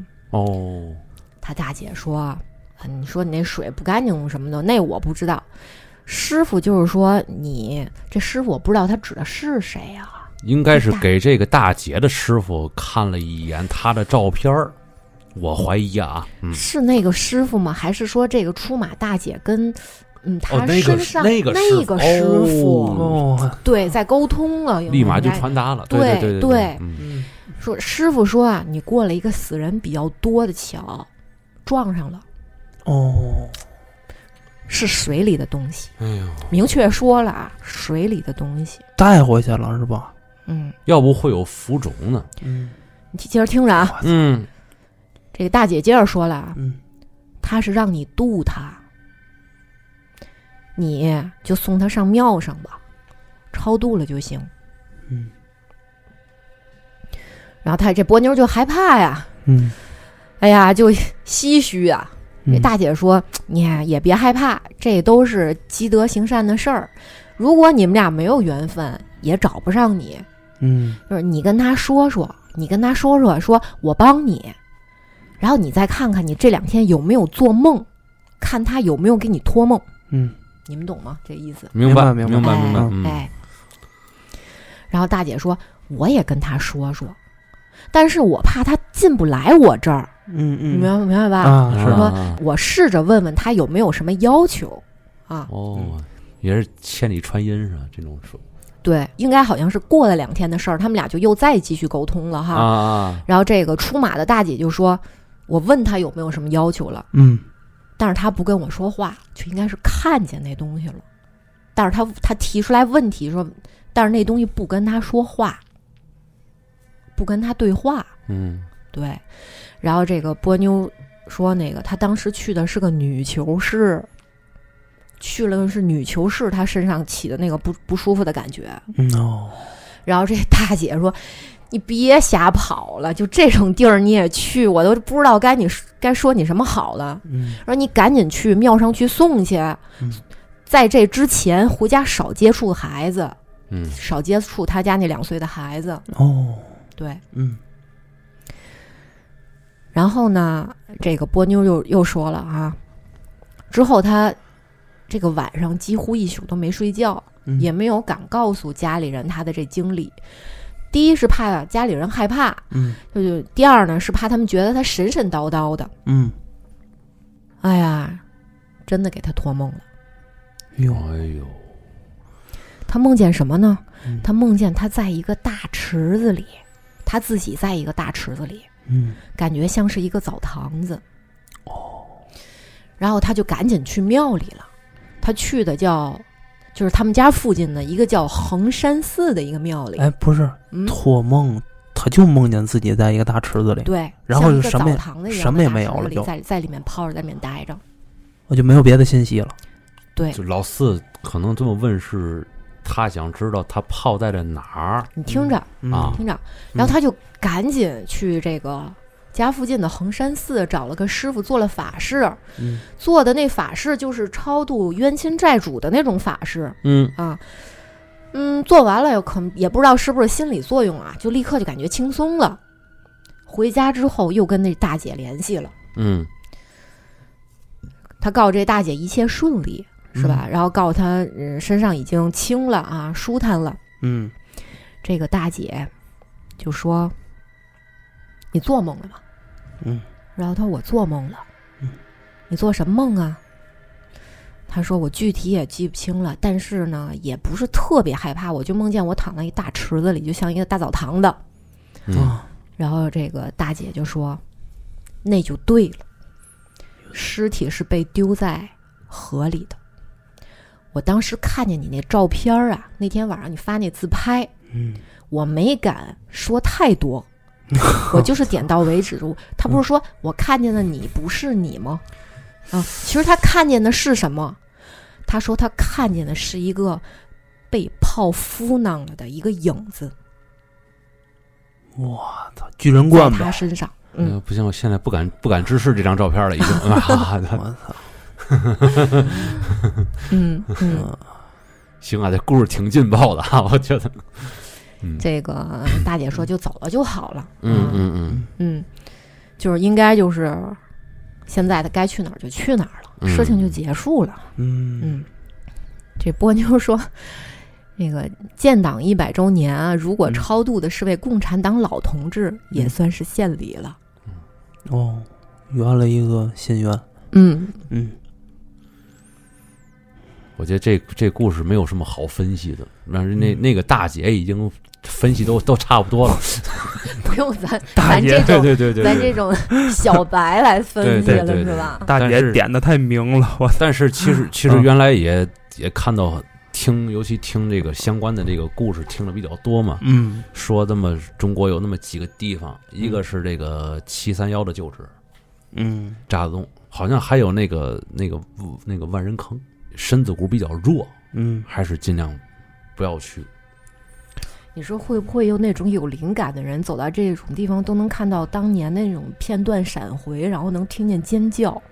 嗯哦，他大姐说：“啊，你说你那水不干净什么的，那我不知道。师傅就是说你这师傅，我不知道他指的是谁啊。应该是给这个大姐的师傅看了一眼她的照片儿，我怀疑啊，嗯，是那个师傅吗？还是说这个出马大姐跟嗯哦他，那个身上、那个师个师傅、哦对在沟通了？有立马应就该传达了，对对对对嗯嗯说师傅说啊，你过了一个死人比较多的桥，撞上了，哦是水里的东西。哎呦，明确说了啊，水里的东西。带回去了是吧？嗯，要不会有浮肿呢？嗯你接着听着啊，嗯，这个大姐接着说了啊，嗯她是让你渡她，你就送她上庙上吧，超度了就行。嗯然后她这波妞就害怕呀，嗯，哎呀，就唏嘘啊，这大姐说：“你呀也别害怕，这都是积德行善的事儿。如果你们俩没有缘分，也找不上你，嗯就是你跟他说说，你跟他说说，说我帮你，然后你再看看你这两天有没有做梦，看他有没有给你托梦，嗯你们懂吗？这意思？明白明白明白哎明白，嗯哎。然后大姐说：我也跟他说说，但是我怕他进不来我这儿，嗯你嗯明白明白吧？啊是说啊我试着问问他有没有什么要求啊？哦，也是千里传音是吧？这种说对，应该好像是过了两天的事儿，他们俩就又再继续沟通了哈。啊，然后这个出马的大姐就说：“我问他有没有什么要求了，嗯但是他不跟我说话，就应该是看见那东西了。但是他他提出来问题说，但是那东西不跟他说话，不跟他对话。嗯，对，然后这个波妞说，那个她当时去的是个女囚室，去了是女囚室，她身上起的那个不不舒服的感觉。嗯哦然后这大姐说，你别瞎跑了，就这种地儿你也去，我都不知道该你该说你什么好了。嗯说你赶紧去庙上去送去，嗯在这之前回家少接触孩子，嗯少接触他家那两岁的孩子。哦，对，嗯然后呢，这个波妞又又说了啊，之后她这个晚上几乎一宿都没睡觉，嗯也没有敢告诉家里人她的这经历。第一是怕家里人害怕，嗯就是第二呢是怕他们觉得她神神叨叨的。嗯，哎呀，真的给她托梦了。哟，哎呦，她梦见什么呢嗯？她梦见她在一个大池子里，她自己在一个大池子里，嗯感觉像是一个澡堂子。哦，然后他就赶紧去庙里了。他去的叫，就是他们家附近的一个叫衡山寺的一个庙里。哎，不是嗯，托梦，他就梦见自己在一个大池子里，对，然后像一就个什么也澡堂子一样什么的也大没池有子了里就在在里面泡着，在里面待着。我就没有别的信息了。对就，老四可能这么问是，他想知道他泡在了哪儿。你听着，嗯啊听着，然后他就赶紧去这个家附近的衡山寺找了个师傅做了法事，嗯做的那法事就是超度冤亲债主的那种法事。嗯，啊，嗯，做完了有可能也不知道是不是心理作用啊，就立刻就感觉轻松了。回家之后又跟那大姐联系了，嗯，她告诉这大姐一切顺利，是吧？然后告诉她，嗯，身上已经轻了啊，舒坦了。嗯这个大姐就说：“你做梦了吗？”嗯。然后她说：“我做梦了。”嗯。你做什么梦啊？她说：“我具体也记不清了，但是呢，也不是特别害怕，我就梦见我躺在一大池子里，就像一个大澡堂的。嗯啊，”然后这个大姐就说：“那就对了，尸体是被丢在河里的。”我当时看见你那照片儿啊，那天晚上你发那自拍，嗯我没敢说太多，我就是点到为止。我他不是说我看见的你不是你吗？啊，其实他看见的是什么？他说他看见的是一个被泡敷囊了的一个影子巨人在观他呗，身上。哎嗯，呦不行，我现在不敢不敢直视这张照片了， (laughs) 已经。啊我操，嗯嗯，行啊，这故事挺劲爆的啊， (laughs) 我觉得。这个大姐说就走了就好了。嗯嗯嗯嗯，就是应该就是现在他该去哪儿就去哪儿了，嗯事情就结束了。嗯嗯，这波妞说，那个建党一百周年啊，如果嗯超度的是位共产党老同志，也嗯算是献礼了。哦，圆了一个心愿，嗯，嗯我觉得这这故事没有什么好分析的，但是那那个大姐已经分析都都差不多了。 (laughs) 不用咱大咱姐这种 (laughs) 对对对咱这种小白来分析对对了对是对吧？大但姐是点的太明了，我但是其实其实嗯原来也也看到听，尤其听这个相关的这个故事听的比较多嘛，嗯说那么中国有那么几个地方，一个是这个七三幺的旧址嗯渣滓洞，好像还有那个那个那个万人坑，身子骨比较弱，嗯，还是尽量不要去。你说会不会有那种有灵感的人走到这种地方都能看到当年那种片段闪回，然后能听见尖叫？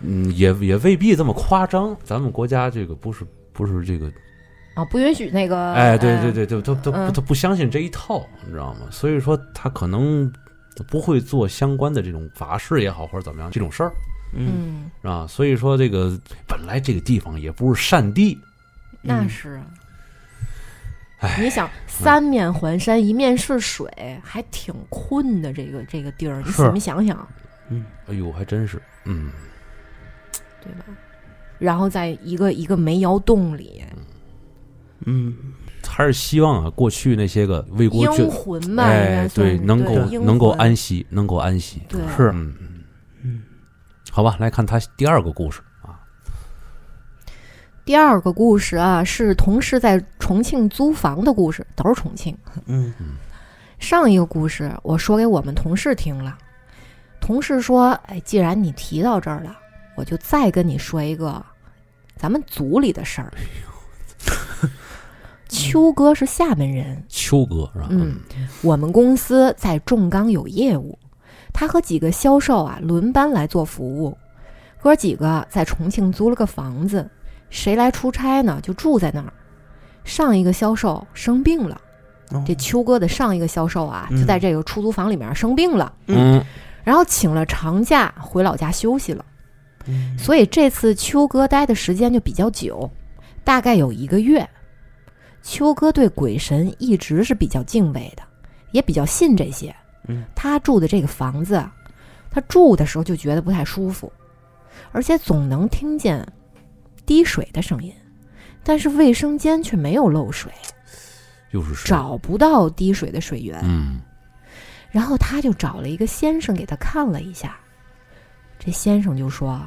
嗯，也也未必这么夸张。咱们国家这个不是不是这个，啊，不允许那个！哎，对对，对对，他他嗯他不相信这一套，你知道吗？所以说他可能不会做相关的这种法事也好，或者怎么样这种事儿嗯嗯，啊。所以说这个本来这个地方也不是善地，那嗯是啊。哎你想三面环山，一面是水，还挺困的。这个这个地儿，你是仔细想想，哎呦，还真是，嗯，对吧？然后在一个一个煤窑洞里，嗯还是希望啊，过去那些个为国阴捐，魂嘛，应哎该，算对，是能够阴魂能够安息，能够安息，对是嗯嗯嗯，好吧，来看他第二个故事啊，第二个故事啊，是同事在重庆租房的故事，都是重庆。嗯上一个故事我说给我们同事听了，同事说：“哎，既然你提到这儿了，我就再跟你说一个咱们组里的事儿。”秋哥是厦门人，秋哥是吧？嗯，我们公司在重钢有业务，他和几个销售啊轮班来做服务。哥几个在重庆租了个房子，谁来出差呢就住在那儿。上一个销售生病了，哦这秋哥的上一个销售啊嗯就在这个出租房里面生病了，嗯，然后请了长假回老家休息了。嗯所以这次秋哥待的时间就比较久，大概有一个月。秋哥对鬼神一直是比较敬畏的，也比较信这些。嗯，他住的这个房子啊，他住的时候就觉得不太舒服，而且总能听见滴水的声音，但是卫生间却没有漏水，又是谁？找不到滴水的水源。嗯，然后他就找了一个先生给他看了一下，这先生就说：“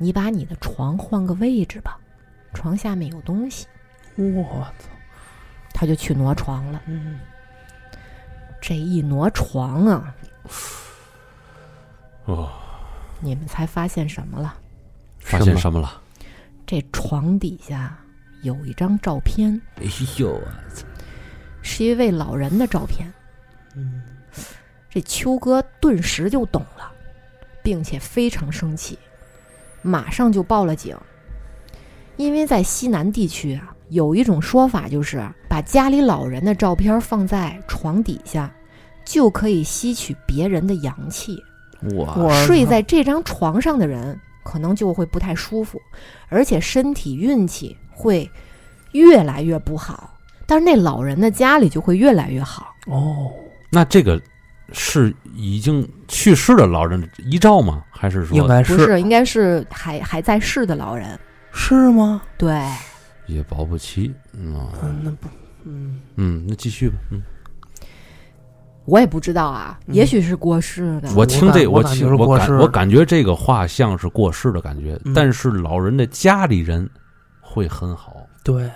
你把你的床换个位置吧，床下面有东西。我操，”他就去挪床了。嗯这一挪床啊，哦，你们猜发现什么了？发现什么了？这床底下有一张照片，哎呦，我操是一位老人的照片。嗯这秋哥顿时就懂了，并且非常生气，马上就报了警。因为在西南地区啊，有一种说法就是把家里老人的照片放在床底下，就可以吸取别人的阳气。我我啊操睡在这张床上的人可能就会不太舒服，而且身体运气会越来越不好。但是那老人的家里就会越来越好。哦，那这个是已经去世的老人遗照吗？还是说应该不是，应该是还还在世的老人。是吗？对，也保不齐？嗯啊嗯，那不，嗯嗯，那继续吧。嗯，我也不知道啊，嗯也许是过世的。我听这，我感听我感觉是我过感世我感觉这个话像是过世的感觉，嗯但是老人的家里人会很好。对，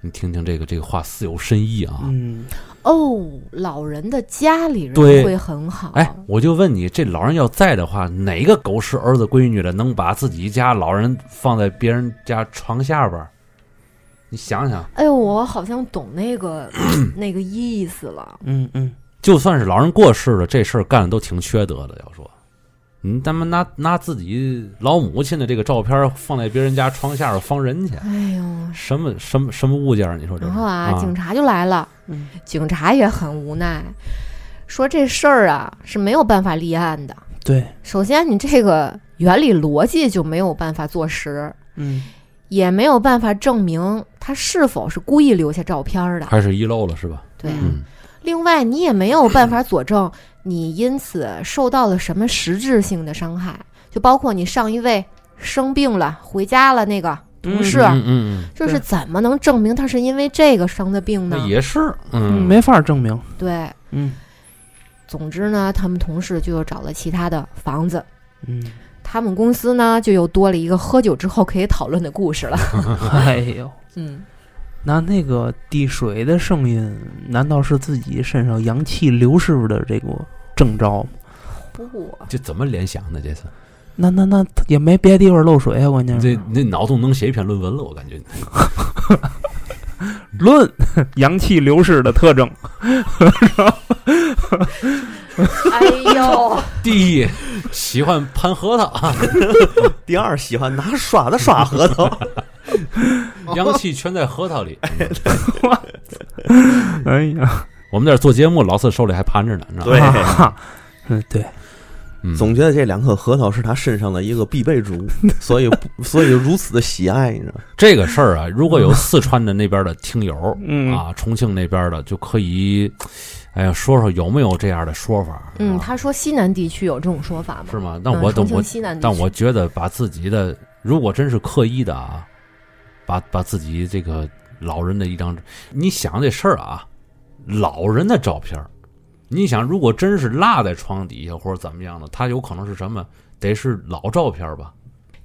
你听听这个这个话似有深意啊！嗯，哦，老人的家里人对会很好。哎，我就问你，这老人要在的话，哪个狗屎儿子闺女的能把自己家老人放在别人家床下边儿？你想想，哎呦，我好像懂 (clears throat) 那个那个意思了。嗯嗯，就算是老人过世了，这事儿干的都挺缺德的。要说，你他妈拿拿自己老母亲的这个照片放在别人家窗下边放人去，哎呦，什么什么什么物件儿？你说这然是？后啊，啊警察就来了，嗯警察也很无奈，说这事儿啊是没有办法立案的。对，首先，你这个原理逻辑就没有办法坐实，嗯也没有办法证明他是否是故意留下照片儿的。还是遗漏了是吧？对啊，嗯，另外，你也没有办法佐证 (coughs) 你因此受到了什么实质性的伤害，就包括你上一位生病了回家了那个同事，嗯嗯嗯，就是怎么能证明他是因为这个生的病呢那？也是，嗯，没法证明，对，嗯总之呢，他们同事就又找了其他的房子，嗯，他们公司呢就又多了一个喝酒之后可以讨论的故事了。哎呦， (laughs) 嗯，那那个滴水的声音，难道是自己身上阳气流失的这个征兆吗？不，这怎么联想的？这次那那那也没别地方漏水啊，关键这是那脑洞能写一篇论文了，我感觉。论 (laughs) 阳气流失的特征，哎呦，第一，喜欢盘核桃，啊第二，喜欢拿刷子刷核桃。阳气全在核桃里。哎呀， (laughs) 我们在这做节目，老四手里还盘着呢，你知道吗？对啊嗯 (laughs) 对，嗯总觉得这两颗核桃是他身上的一个必备之 (laughs) 物，所以不所以如此的喜爱，你知道吗？这个事儿啊，如果有四川的那边的听友嗯啊，重庆那边的，就可以，哎呀，说说有没有这样的说法？嗯，啊他说西南地区有这种说法吗？是吗？但我嗯重等庆我，西南地但区我觉得把自己的，如果真是刻意的啊，把把自己这个老人的一张，你想这事儿啊，老人的照片儿，你想如果真是落在床底下或者怎么样的，他有可能是什么？得是老照片儿吧？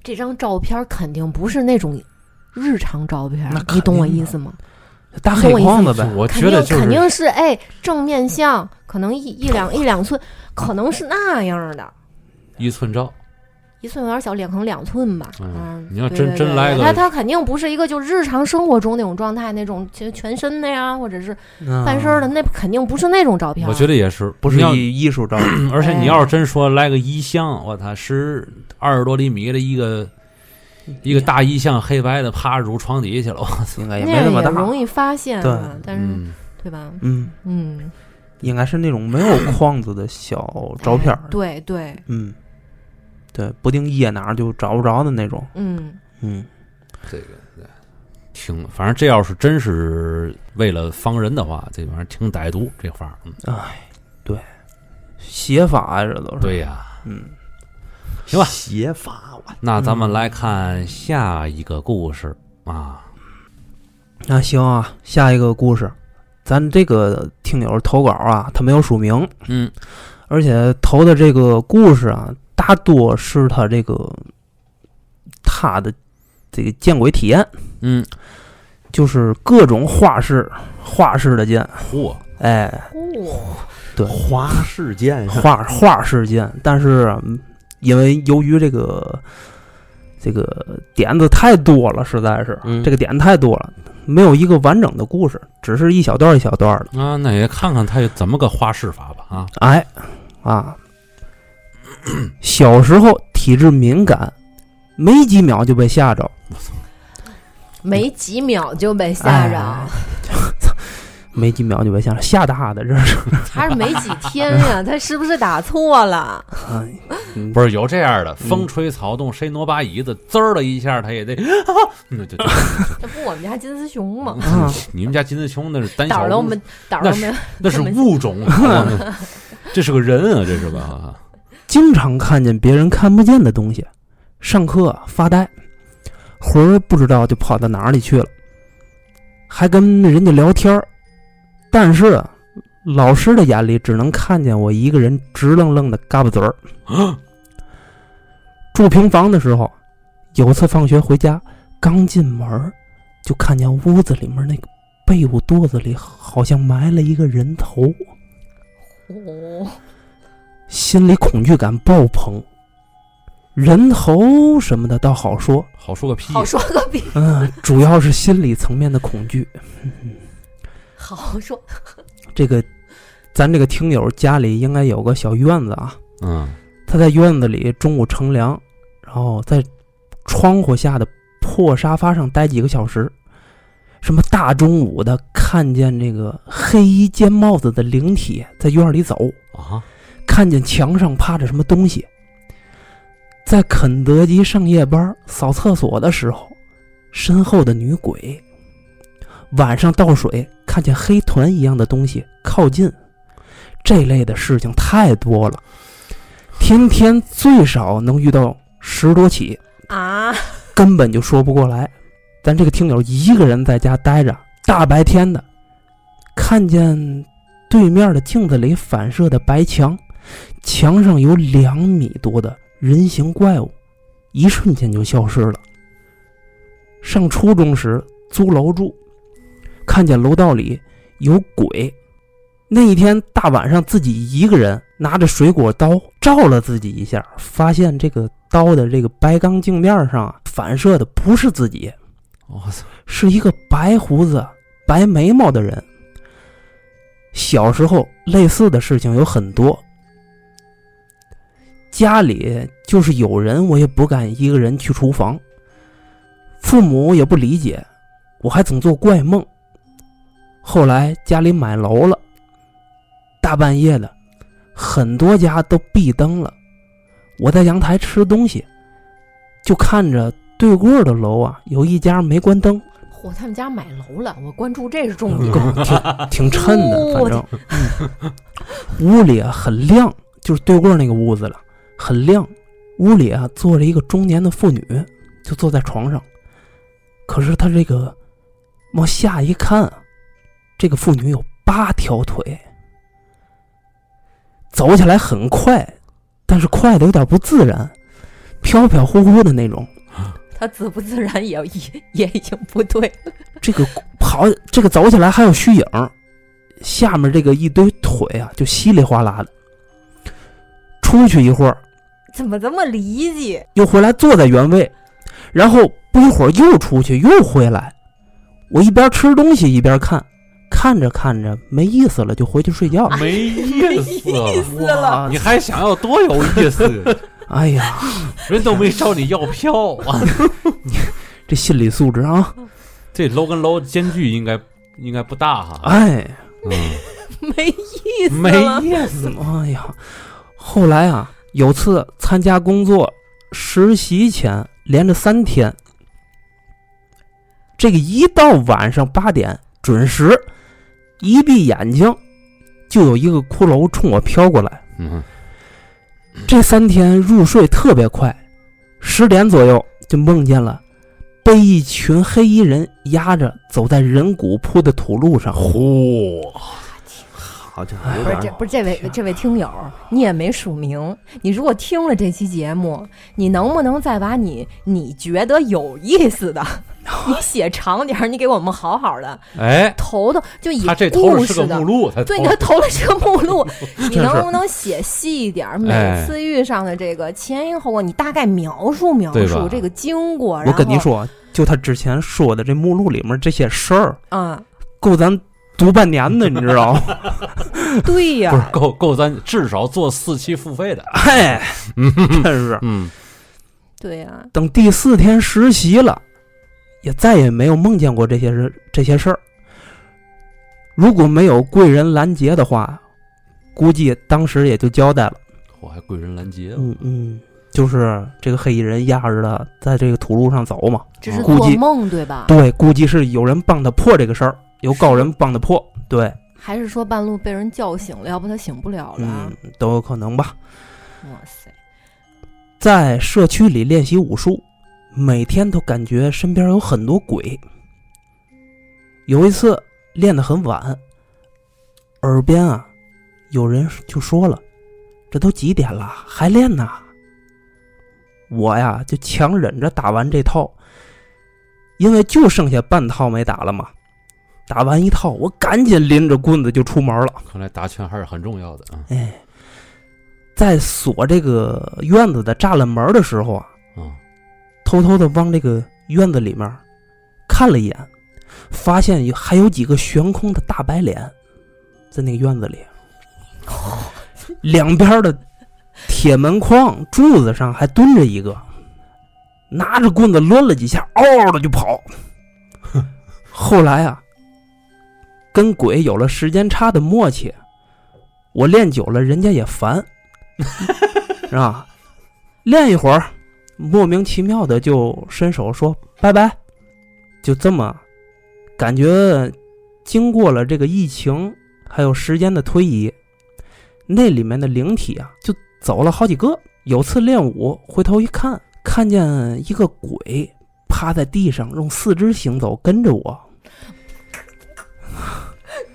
这张照片肯定不是那种日常照片那肯，定你懂我意思吗？大黑框子就呗，我肯觉定得就是肯定是哎，正面相可能一一两一两寸，可能是那样的一寸照，一寸有点小，两横两寸吧。嗯嗯，你要对真对真对来个他他肯定不是一个就日常生活中那种状态，那种全全身的呀，或者是嗯半身的，那肯定不是那种照片。嗯啊我觉得也是，啊不你是哎要艺艺 (clears throat) 术照，而且你要是真说来个衣箱，我操，十二十多厘米的一个一个大衣箱，黑白的，趴入床底下去了，我操！应该也那没那样么也大。容易发现啊，但是嗯，对吧？嗯，嗯，应该是那种没有框子的小照片儿。哎对对，嗯，对，不定掖哪儿就找不着的那种。嗯，嗯，这个挺，反正这要是真是为了防人的话，这玩意儿挺歹毒，这法儿。嗯，写法啊呀，这都是。对呀、嗯，行吧写法我那咱们来看下一个故事啊，那行啊，下一个故事，咱这个听友投稿啊，他没有署名，嗯而且投的这个故事啊，大多是他这个他的这个见鬼体验，嗯，就是各种画式画式的见，嚯，哎，哦，花世界上画画式见，但是嗯因为由于这个这个点子太多了，实在是、嗯这个点子太多了，没有一个完整的故事，只是一小段儿一小段儿的。啊，那也看看他怎么个花式法吧啊，哎，啊，小时候体质敏感，没几秒就被吓着，没几秒就被吓着哎， (laughs) 没几秒就被吓着，吓大的这是。还是没几天 (laughs) 呀？他是不是打错了？哎，不是有这样的，风吹草动，谁挪把椅子，滋儿的一下，他也得， (laughs) 那就这不我们家金丝熊吗？啊，你们家金丝熊那是胆嗯胆小儿如都没，胆儿都没有。那 (laughs) 是物种， (laughs) 啊这是个人啊，这是吧？经常看见别人看不见的东西，上课啊发呆，魂儿不知道就跑到哪里去了，还跟人家聊天儿，但是啊老师的眼里只能看见我一个人直愣愣的嘎巴嘴儿。住平房的时候，有次放学回家，刚进门儿就看见屋子里面那个被褥垛子里好像埋了一个人头。哦，心里恐惧感爆棚。人头什么的倒好说，好说个屁，好说个比嗯、主要是心理层面的恐惧。好说，这个，咱这个听友家里应该有个小院子啊，嗯，他在院子里中午乘凉，然后在窗户下的破沙发上待几个小时。什么大中午的看见这个黑衣尖帽子的灵体在院里走，啊，看见墙上趴着什么东西。在肯德基上夜班扫厕所的时候，身后的女鬼。晚上倒水，看见黑团一样的东西靠近，这类的事情太多了，天天最少能遇到十多起，啊，根本就说不过来。咱这个听友一个人在家待着，大白天的，看见对面的镜子里反射的白墙，墙上有两米多的人形怪物，一瞬间就消失了。上初中时租楼住，看见楼道里有鬼。那一天大晚上，自己一个人拿着水果刀照了自己一下，发现这个刀的这个白钢镜面上啊反射的不是自己，我操，是一个白胡子、白眉毛的人。小时候类似的事情有很多，家里就是有人，我也不敢一个人去厨房，父母也不理解，我还总做怪梦。后来家里买楼了，大半夜的，很多家都闭灯了，我在阳台吃东西，就看着对过儿的楼啊，有一家没关灯，嚯，他们家买楼了，我关注这是重点。 (laughs) 哦够挺挺衬的，我反正、嗯、屋里啊很亮，就是对过那个屋子了，很亮。屋里啊坐着一个中年的妇女，就坐在床上。可是她这个往下一看啊，这个妇女有八条腿，走起来很快，但是快的有点不自然，飘飘忽忽的那种。他自不自然也也也已经不对了。这个跑，这个走起来还有虚影儿，下面这个一堆腿啊，就稀里哗啦的。出去一会儿，怎么这么离奇？又回来坐在原位，然后不一会儿又出去又回来。我一边吃东西一边看，看着看着没意思了，就回去睡觉了。没意思 (laughs) 了。啊死了哇你还想要多有意思？ (laughs) 哎呀，人都没找你要票啊！ (laughs) 这心理素质啊，这楼跟楼间距应该应该不大哈。哎，嗯，没意思没了，意思。哎呀，后来啊，有次参加工作实习前，连着三天，这个一到晚上八点准时，一闭眼睛就有一个骷髅冲我飘过来。嗯，嗯这三天入睡特别快，十点左右就梦见了。被一群黑衣人压着走在人骨铺的土路上，嚯，好家哎伙，有不是点这儿不是这位天啊这位听友，你也没署名。你如果听了这期节目，你能不能再把你你觉得有意思的， (laughs) 你写长点儿，你给我们好好的哎，投投，就以他这头故是个事的目。录， (laughs) 他对，头你还投了这个目录，你真是能不能写细一点儿？每哎次遇上的这个前因后果，你大概描述描对述吧这个经过。我然跟你后，说，就他之前说的这目录里面这些事儿，啊，够咱读半年的，你知道吗？对呀、不是够够咱至少做四期付费的。哎，真是。嗯，对呀、等第四天实习了，也再也没有梦见过这些事这些事儿。如果没有贵人拦截的话，估计当时也就交代了。我还贵人拦截了。嗯嗯，就是这个黑衣人压着他在这个土路上走嘛。只是估做计梦对吧？对，估计是有人帮他破这个事儿，有高人帮他破。对，还是说半路被人叫醒了，要不他醒不了了嗯？，都有可能吧。哇塞，在社区里练习武术，每天都感觉身边有很多鬼。有一次练得很晚，耳边啊有人就说了：“这都几点了，还练呢？”我呀就强忍着打完这套，因为就剩下半套没打了嘛。打完一套，我赶紧拎着棍子就出门了。看来打拳还是很重要的啊。哎，在锁这个院子的栅栏门的时候啊，啊，偷偷的往这个院子里面看了一眼，发现有还有几个悬空的大白脸在那个院子里，两边的铁门框柱子上还蹲着一个，拿着棍子抡了几下，嗷嗷的就跑。后来啊，跟鬼有了时间差的默契，我练久了，人家也烦，是吧？练一会儿，莫名其妙的就伸手说拜拜，就这么，感觉经过了这个疫情，还有时间的推移，那里面的灵体啊就走了好几个。有次练武，回头一看，看见一个鬼趴在地上，用四肢行走，跟着我。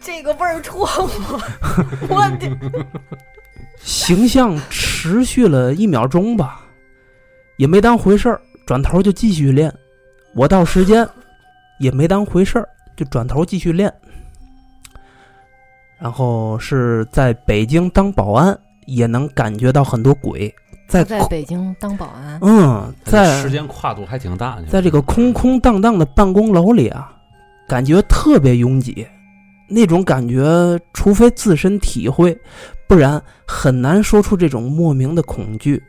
这个味儿戳我，我的形象持续了一秒钟吧，也没当回事儿，转头就继续练。我到时间也没当回事儿，就转头继续练。然后是在北京当保安，也能感觉到很多鬼在在空北京当保安，嗯，这时在间跨度还挺大呢。在这个空空荡荡的办公楼里啊，感觉特别拥挤，那种感觉，除非自身体会，不然很难说出这种莫名的恐惧。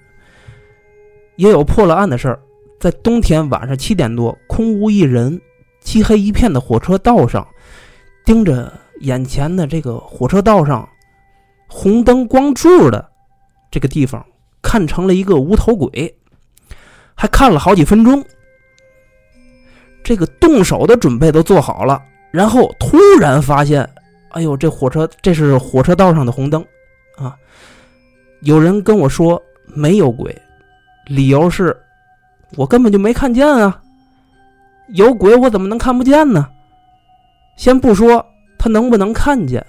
也有破了案的事儿，在冬天晚上七点多，空无一人、漆黑一片的火车道上，盯着眼前的这个火车道上红灯光柱的这个地方，看成了一个无头鬼，还看了好几分钟。这个动手的准备都做好了，然后突然发现，哎呦，这火车这是火车道上的红灯啊！有人跟我说没有鬼，理由是我根本就没看见啊，有鬼我怎么能看不见呢？先不说他能不能看见，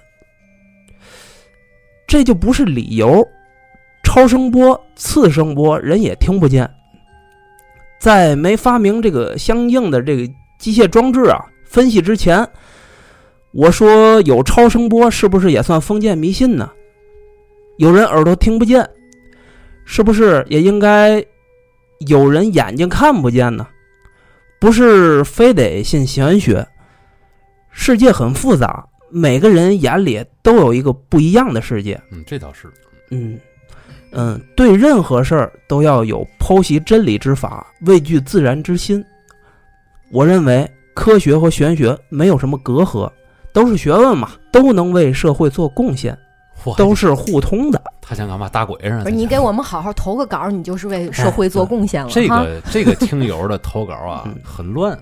这就不是理由。超声波、次声波人也听不见，在没发明这个相应的这个机械装置啊分析之前，我说有超声波是不是也算封建迷信呢？有人耳朵听不见，是不是也应该有人眼睛看不见呢？不是非得信玄学，世界很复杂，每个人眼里都有一个不一样的世界。嗯，这倒是，嗯，嗯，对任何事儿都要有剖析真理之法，畏惧自然之心。我认为科学和玄学没有什么隔阂，都是学问嘛，都能为社会做贡献，哇，都是互通的。他想干嘛？打鬼啊上？不是你给我们好好投个稿儿，你就是为社会做贡献了。这哈，个这个听友的投稿啊嗯，很乱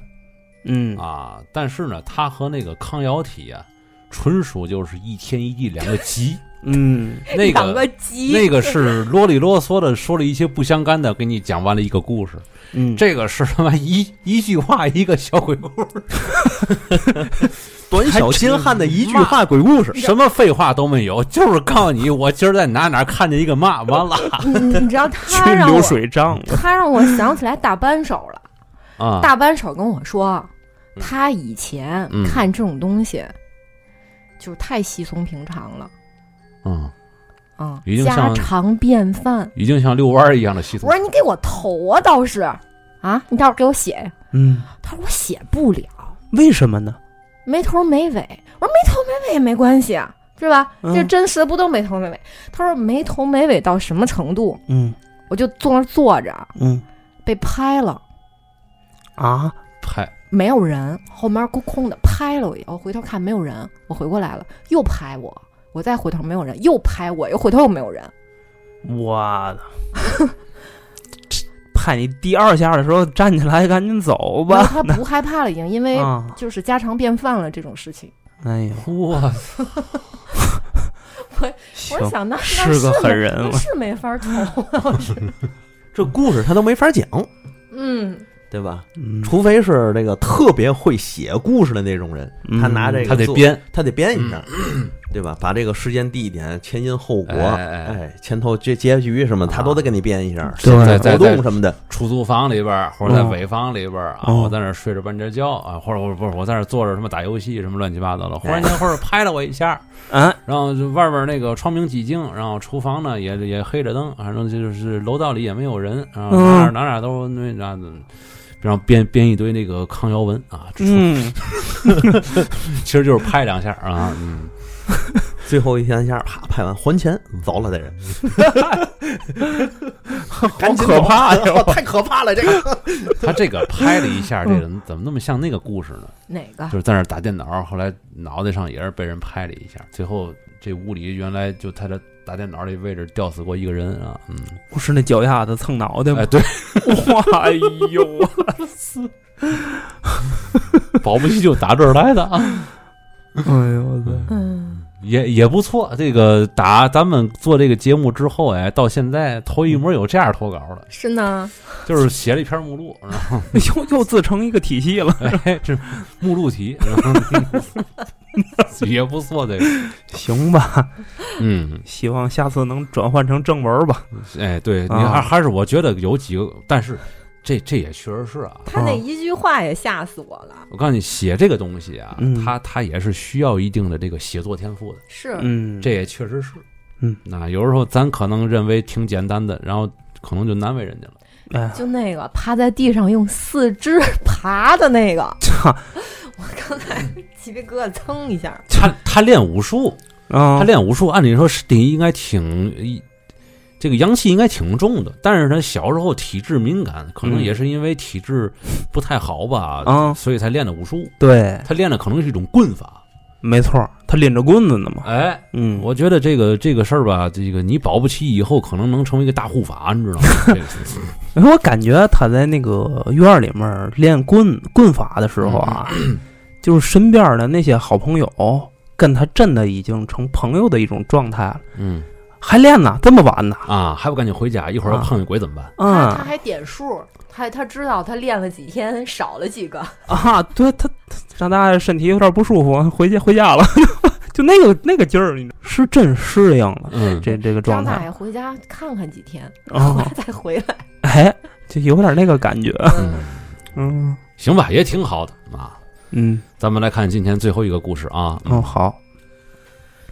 嗯，啊，但是呢，他和那个康瑶体啊，纯属就是一天一地两个 (laughs) 极。嗯，那两个个鸡，那个是啰里啰嗦的说了一些不相干的，给你讲完了一个故事。嗯，这个是他妈一一句话一个小鬼 (laughs) 故事，短小精悍的一句话鬼故事，什么废话都没有，就是告诉你我今儿在哪哪看见一个嘛，完了你你知道他去让流我水账。他让我想起来大扳手了。啊， (laughs) 大扳手跟我说，嗯他以前嗯看这种东西，就是太稀松平常了嗯，啊已，经家像常便饭。已经像遛弯儿一样的系统我说你给我投啊，倒是啊，你倒是给我写呀。嗯，他说我写不了，为什么呢？没头没尾。我说没头没尾也没关系啊，是吧？嗯这真实的不都没头没尾？他说没头没尾到什么程度？嗯我就坐那儿坐着，嗯被拍了，啊，拍，没有人，后面空空的，拍了我一眼，我回头看没有人，我回过来了，又拍我，我再回头没有人，又拍我，又回头又没有 (laughs) 人，我的。拍你第二下的时候站起来，赶紧走然后他吧。不害怕了，已经因为啊，就是家常便饭了这种事情。哎呦，我我行说想那那是个狠人没了那是没法 (laughs) 投，倒是这故事他都没法讲，嗯，对吧？嗯除非是这个特别会写故事的那种人，嗯他拿这个他得做，编，他得编一下， (clears throat) 对吧？把这个时间、地点、前因后果，哎哎哎哎，前头结结局什么，他都得给你编一下。对在在活在动什么的，出租房里边儿，或者在嗯尾房里边儿啊，嗯我在那儿睡着半截觉啊，或者我不是我在那儿坐着什么打游戏什么乱七八糟的，哎忽然间或者拍了我一下，啊，然后就外边那个窗明几净，然后厨房呢也也黑着灯，反正就是楼道里也没有人，啊，嗯哪哪哪哪都那那，然后编编一堆那个康瑶文啊，这 (laughs) 嗯， (laughs) 其实就是拍两下啊，嗯，最后一天下啪拍完还钱走了的人，赶紧可怕走 (laughs) 太可怕了这个。 (laughs) 他这个拍了一下，这嗯个怎么那么像那个故事呢？哪个啊就？是在那儿打电脑，后来脑袋上也是被人拍了一下，最后这屋里原来就他的打电脑这位置吊死过一个人啊，嗯，不是那脚丫子蹭脑袋吗哎？对， (laughs) 哇，哎呦，保不齐就打这儿来的啊。 (laughs) 哎呦我操！嗯，也也不错，这个打咱们做这个节目之后，哎，到现在头一模有这样投稿的，是呢，嗯就是写了一篇目录，然后又又自成一个体系了。哎，这目录题，然后 (laughs) 也不错，这个， (laughs) 行吧，嗯，希望下次能转换成正文吧。哎，对，你啊还还是我觉得有几个，但是这这也确实是啊，他那一句话也吓死我了。我告诉你，写这个东西啊，嗯它它也是需要一定的这个写作天赋的，是，嗯，这也确实是，嗯，那有时候咱可能认为挺简单的，然后可能就难为人家了。 (laughs) 哎，就那个趴在地上用四肢爬的那个，操我刚才鸡皮疙瘩蹭一下。他他练武术，啊他，练武术，按理说是你应该挺一这个阳气应该挺重的，但是他小时候体质敏感，可能嗯也是因为体质不太好吧，啊哎所以才练的武术。对，他练的可能是一种棍法。没错，他拎着棍子呢嘛。哎，嗯，我觉得这个这个事儿吧，这个你保不齐以后可能能成为一个大护法，你知道吗？这个是因为我感觉他在那个院儿里面练棍棍法的时候啊， (clears throat) 就是身边的那些好朋友跟他真的已经成朋友的一种状态了，嗯还练呢，这么晚呢？啊，还不赶紧回家，一会儿要啊碰见鬼怎么办？他他啊还点数，他他知道他练了几天，少了几个。啊，对他他让大家身体有点不舒服，回家回家了， (laughs) 就那个那个劲儿，你知道是真适应了嗯，这这个状张态大爷回家看看几天，啊、 (laughs) 回来再回来。哎，就有点那个感觉，嗯嗯，嗯行吧，也挺好的啊。嗯咱们来看今天最后一个故事啊，嗯哦好，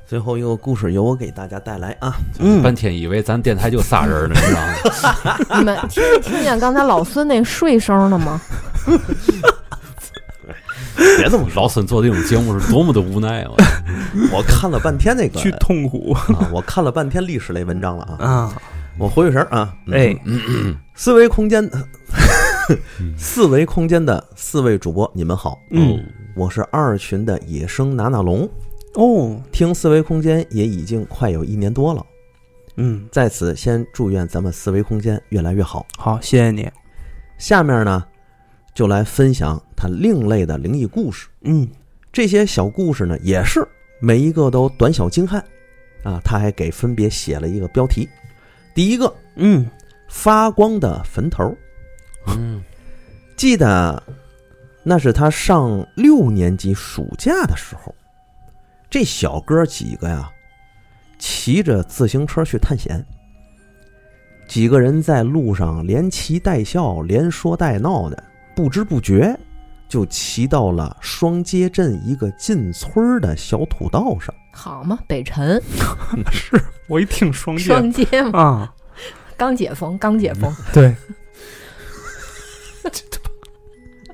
最后一个故事由我给大家带来啊， (laughs) 嗯，半天以为咱电台就仨人呢，你知道吗？ (laughs) 你们听没听见刚才老孙那睡声了吗？别这么，老孙做这种节目是多么的无奈啊！我看了半天那 (laughs) 个去痛苦啊，我看了半天历史类文章了啊，啊！我回回神儿啊，嗯哎，四维空间， (laughs) 四维空间的四位主播，你们好，嗯，我是二群的野生拿拿龙，哦，听四维空间也已经快有一年多了，嗯，在此先祝愿咱们四维空间越来越好。好，谢谢你。下面呢，就来分享他另类的灵异故事。嗯，这些小故事呢，也是每一个都短小精悍啊。他还给分别写了一个标题，第一个嗯，发光的坟头，嗯，记得那是他上六年级暑假的时候，这小哥几个呀，骑着自行车去探险。几个人在路上连骑带笑，连说带闹的，不知不觉就骑到了双街镇一个进村儿的小土道上。 (laughs) 好嘛，北辰 (laughs) 我一听双剑双街嘛，啊，刚解封，刚解封， (laughs) 对，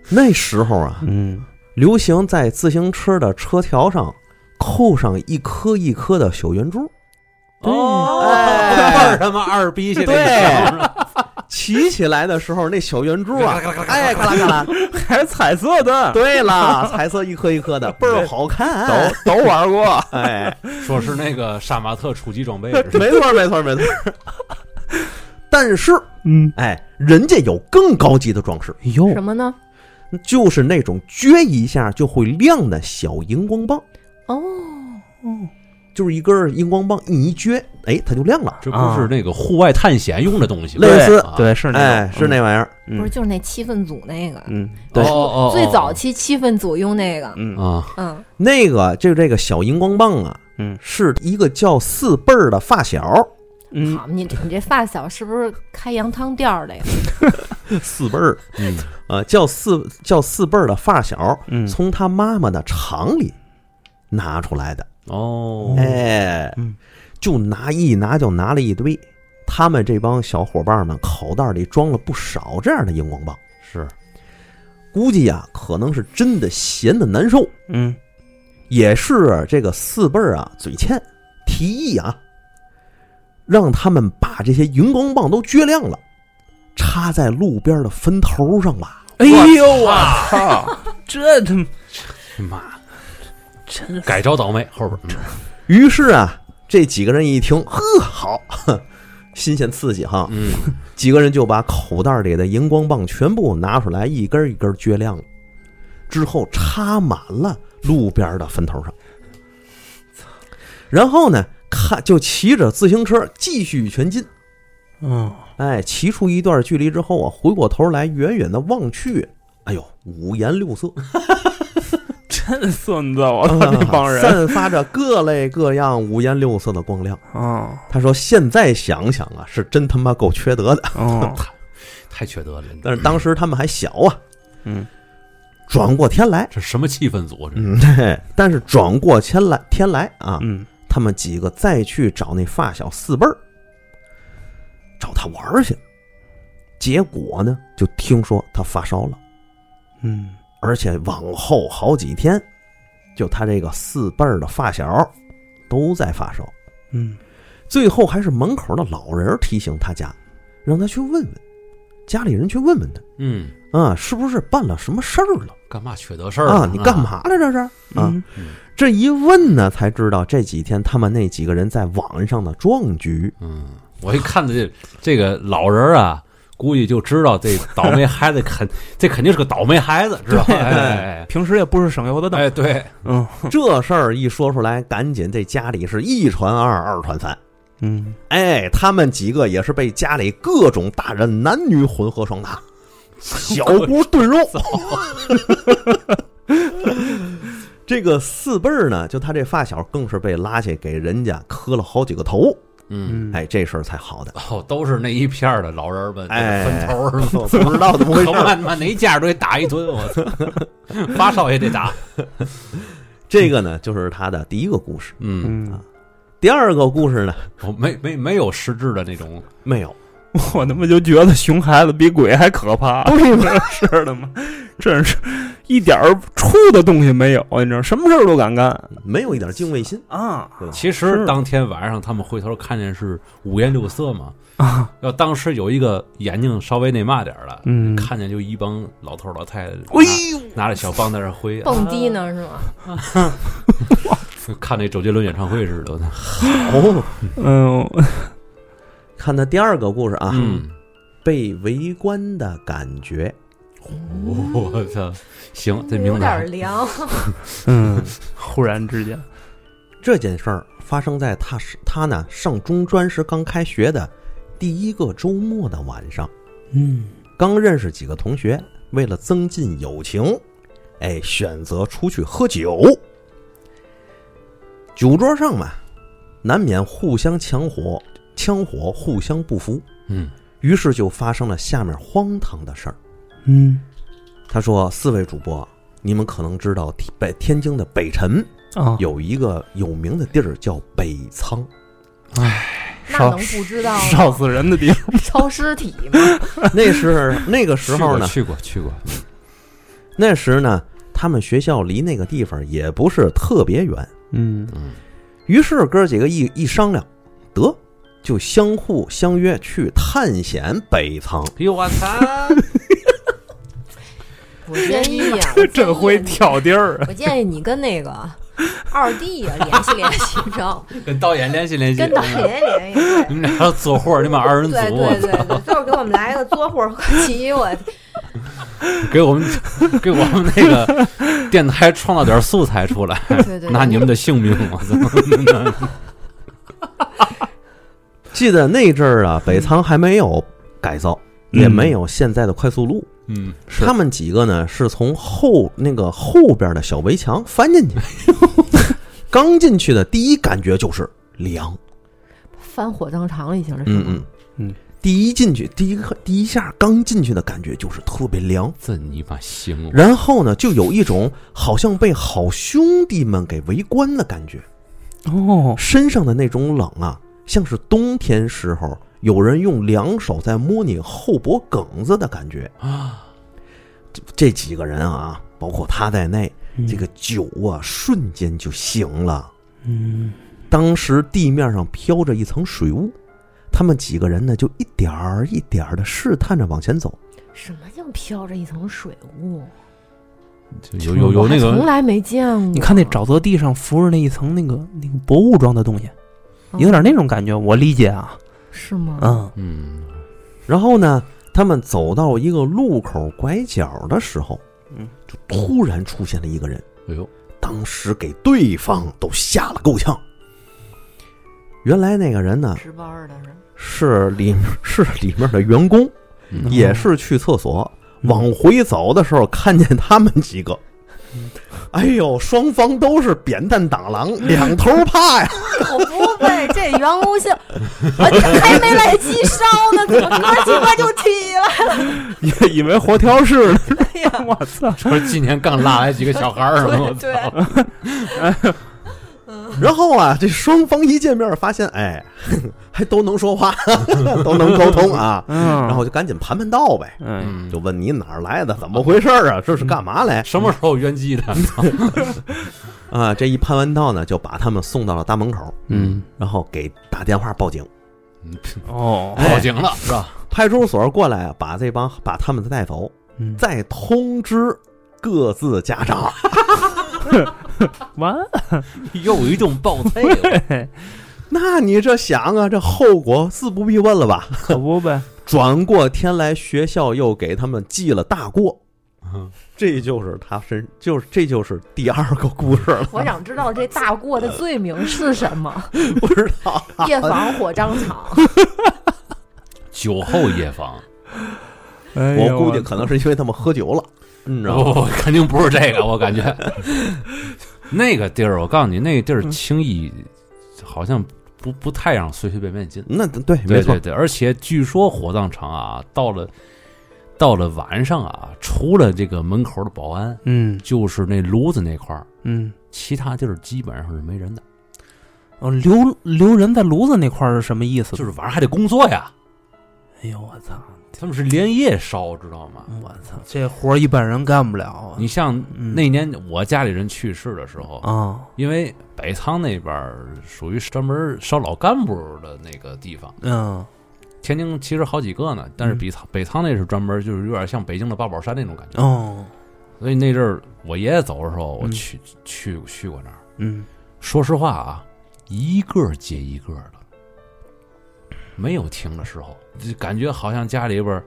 那时候啊，嗯，流行在自行车的车条上扣上一颗一颗的小圆珠，哦，哎二他妈二逼去，骑起来的时候那小圆珠啊，哎，咔啦咔啦， (laughs) 还是彩色的，对了，彩色一颗一颗的，倍儿好看。都都玩过。哎， (laughs) 说是那个杀马特初级装备，是吧没 (laughs) 错，没错，没错。但是，嗯，哎，人家有更高级的装饰，哟，什么呢？就是那种撅一下就会亮的小荧光棒，哦，就是一根儿荧光棒，你一撅，哎，它就亮了。这不是那个户外探险用的东西吗？类似啊，对，是那哎，种，是那玩意儿。嗯，不是，就是那气氛组那个，嗯，哦对，哦，哦最早期气氛组用那个，嗯啊，嗯，那个就这个小荧光棒啊，嗯是一个叫四辈儿的发小，嗯，好，你你这发小是不是开羊汤店儿的呀？四辈儿嗯，呃，叫四叫四辈儿的发小，嗯从他妈妈的肠里拿出来的，哦，哎嗯，就拿一拿就拿了一堆。他们这帮小伙伴们口袋里装了不少这样的荧光棒，是，估计呀、可能是真的闲的难受，嗯，也是这个四辈儿啊嘴欠，提议啊，让他们把这些荧光棒都撅亮了，插在路边的坟头上吧。哎呦，我操， (laughs) 这他妈妈，真该找倒霉后边嗯于是啊，这几个人一听，呵，好， (laughs) 新鲜刺激哈！嗯，几个人就把口袋里的荧光棒全部拿出来，一根一根撅亮了，之后插满了路边的坟头上。然后呢，看就骑着自行车继续前进。嗯，哎，骑出一段距离之后啊，回过头来，远远的望去，哎呦，五颜六色，啊真孙子，我操啊那帮人散发着各类各样五颜六色的光亮。啊，他说：“现在想想啊，是真他妈够缺德的。哦，太缺德了。但是当时他们还小啊，嗯，转过天来，这什么气氛组？这嗯，嘿但是转过天来，天来啊，嗯，他们几个再去找那发小四辈儿，找他玩儿去。结果呢，就听说他发烧了，嗯，而且往后好几天，就他这个四辈儿的发小都在发烧。嗯，最后还是门口的老人提醒他家，让他去问问家里人，去问问他。”嗯，啊，是不是办了什么事儿了干嘛缺德事儿啊？你干？嘛了这是？啊，嗯，这一问呢，才知道这几天他们那几个人在网上的壮举。嗯，我一看这这个老人儿啊，估计就知道这倒霉孩子肯这肯定是个倒霉孩子，知道 (laughs) 吧？哎哎平时也不是省油的哎灯，哎，对，嗯这事儿一说出来，赶紧这家里是一传二，二传三。嗯，哎，他们几个也是被家里各种大人男女混合双打，小锅炖肉。 (laughs) 这个四辈儿呢，就他这发小更是被拉去给人家磕了好几个头，嗯，哎，这事儿才好的。哦，都是那一片儿的老人儿们，哎分头 (laughs) 儿我 (laughs) 不嗯知道怎么回可事儿， (laughs) 慢慢哪家都得打一顿，我操，发烧也得打。这个呢，就是他的第一个故事。嗯，嗯，第二个故事呢，我没没没有失智的那种，没有，我他妈就觉得熊孩子比鬼还可 (laughs) 怕，不是是的吗？真是一点儿怵的东西没有，你知道，什么事儿都敢干没有一点敬畏心，啊对吧？其实是当天晚上他们回头看见是五颜六色嘛，啊！要当时有一个眼睛稍微那嘛点儿了，嗯，看见就一帮老头老太太拿哎拿着小棒在那儿挥，蹦迪呢是吗？啊，看那周杰伦演唱会似的。哦，嗯，看他第二个故事啊，嗯，被围观的感觉，我操，行，这名有字还点凉，嗯，忽然之间，这件事儿发生在他是他呢上中专时刚开学的第一个周末的晚上，嗯刚认识几个同学，为了增进友情，哎，选择出去喝酒。酒桌上嘛，难免互相强火，枪火互相不服，嗯于是就发生了下面荒唐的事儿。嗯他说：“四位主播，你们可能知道天北天津的北辰啊，嗯有一个有名的地儿叫北仓，那烧能不知道吗？烧死人的地方，烧尸体吗？那是那个时候呢，去过去过，去那时呢，他们学校离那个地方也不是特别远。嗯过嗯，于是哥几个一一商量，得就相互相约去探险北仓。哎呦我操， (laughs) 我建议啊， (laughs) 这真会挑地儿啊，我建议你跟那个二弟呀联系联系，你 (laughs) 知道吗？跟导演联系联系，跟导演联系联系。你们俩要做货，你们二人组对我哎对对对，最后给我们来一个嘬货合集，我给我们给我们那个电台创造点素材出来，对 (laughs) 对拿你们的性命，我操！记得那阵儿啊，北仓还没有改造，嗯也没有现在的快速路。嗯，是他们几个呢，是从后那个后边的小围墙翻进去。刚进去的第一感觉就是凉，翻火葬场里去了，是嗯吗？嗯嗯。第一进去，第一个第一下刚进去的感觉就是特别凉，这你妈行我，然后呢，就有一种好像被好兄弟们给围观的感觉。哦，身上的那种冷啊，像是冬天时候有人用两手在摸你后脖梗子的感觉啊。这这几个人啊，包括他在内，这个酒啊，瞬间就醒了。嗯当时地面上飘着一层水雾，他们几个人呢，就一点儿一点儿的试探着往前走。什么叫飘着一层水雾？就有有有那我还从个来没见过。你看那沼泽地上浮着那一层那个那个薄雾状的东西，有点那种感觉，我理解啊，是吗？嗯嗯，然后呢，他们走到一个路口拐角的时候，嗯，就突然出现了一个人。哎呦，当时给对方都吓了够呛。原来那个人呢值班的是是里是里面的员工，嗯也是去厕所往回走的时候看见他们几个，哎呦，双方都是扁担 (laughs) 挡狼，两头怕呀！我不会，这员工姓，我还没来及烧呢，怎么哥几个就起来也以为活跳尸呢， (laughs) 呀？我操，不是今年刚拉来几个小孩儿吗？我对操对，然后啊，这双方一见面发现，哎， (laughs) 还都能说话， (laughs) 都能沟通啊，嗯，然后就赶紧盘盘道呗，嗯，嗯就，问你哪儿来的，怎么回事儿啊？这是干嘛来？什么时候冤机 (laughs) 的？嗯啊，这一盘完道呢，就把他们送到了大门口，嗯，然后给打电话报警。嗯哦，哎报警了是 (laughs) 吧？派出所过来啊，把这帮把他们带走，嗯，再通知各自家长。 (laughs) 完，又一顿暴揍，那你这想啊，这后果自不必问了吧？可不呗，转过天来，学校又给他们记了大过。嗯这就是他身，就是这就是第二个故事 (laughs) 了。 (laughs) 我想知道这大过的罪名是什么？不知道夜访火葬场，酒后夜访，哎呦我估计可能是因为他们喝酒了，嗯你知不道不吗？不，哦肯定不是这个，我感 (laughs) 觉那个地儿，我告诉你，那个地嗯儿轻易好像不不太让随随便便进。那对，没对错对，对，而且据说火葬场啊，到了到了晚上啊，除了这个门口的保安，嗯就是那炉子那块儿，嗯，其他地儿基本上是没人的，哦，留留人在炉子那块儿是什么意思？就是晚上还得工作呀，哎呦我操，他们是连夜烧，知道吗？我操，这活儿一般人干不了啊！你像嗯那年我家里人去世的时候，啊，因为北仓那边儿属于专门烧老干部的那个地方，嗯天津其实好几个呢，但是嗯比仓北仓那是专门就是有点像北京的八宝山那种感觉，哦，所以那阵儿我爷爷走的时候，我嗯去、去去过那儿。嗯，说实话啊，一个接一个的，没有停的时候，就感觉好像家里边儿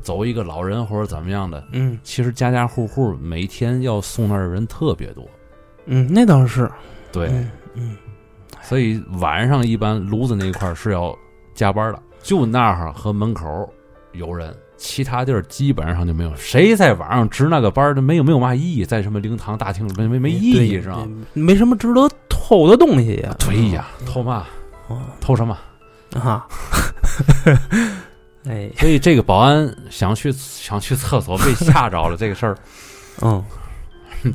走一个老人或者怎么样的，嗯其实家家户户每天要送那儿的人特别多。嗯，那倒是，对，嗯嗯所以晚上一般炉子那一块儿是要加班的，就那儿和门口有人，其他地儿基本上就没有。谁在晚上值那个班儿，这没有没有嘛意义，在什么灵堂、大厅没没没意义，对是吧？对没什嗯么值得偷的东西呀。对呀，偷嘛啊偷什么？啊， (laughs) 哎，所以这个保安想去想去厕所被吓着了，这个事儿，嗯，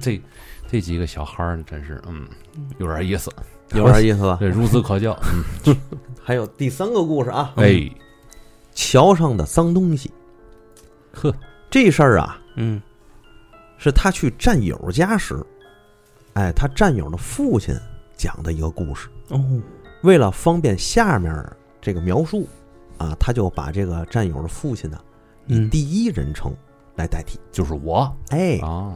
这这几个小孩儿真是，嗯，有点意思，有点意思吧？对，孺子可教。嗯还有第三个故事啊，哎，桥上的脏东西呵，这事儿啊，嗯是他去战友家时，哎，他战友的父亲讲的一个故事。哦，为了方便下面这个描述啊，他就把这个战友的父亲呢以嗯第一人称来代替。就是我哎，啊，哦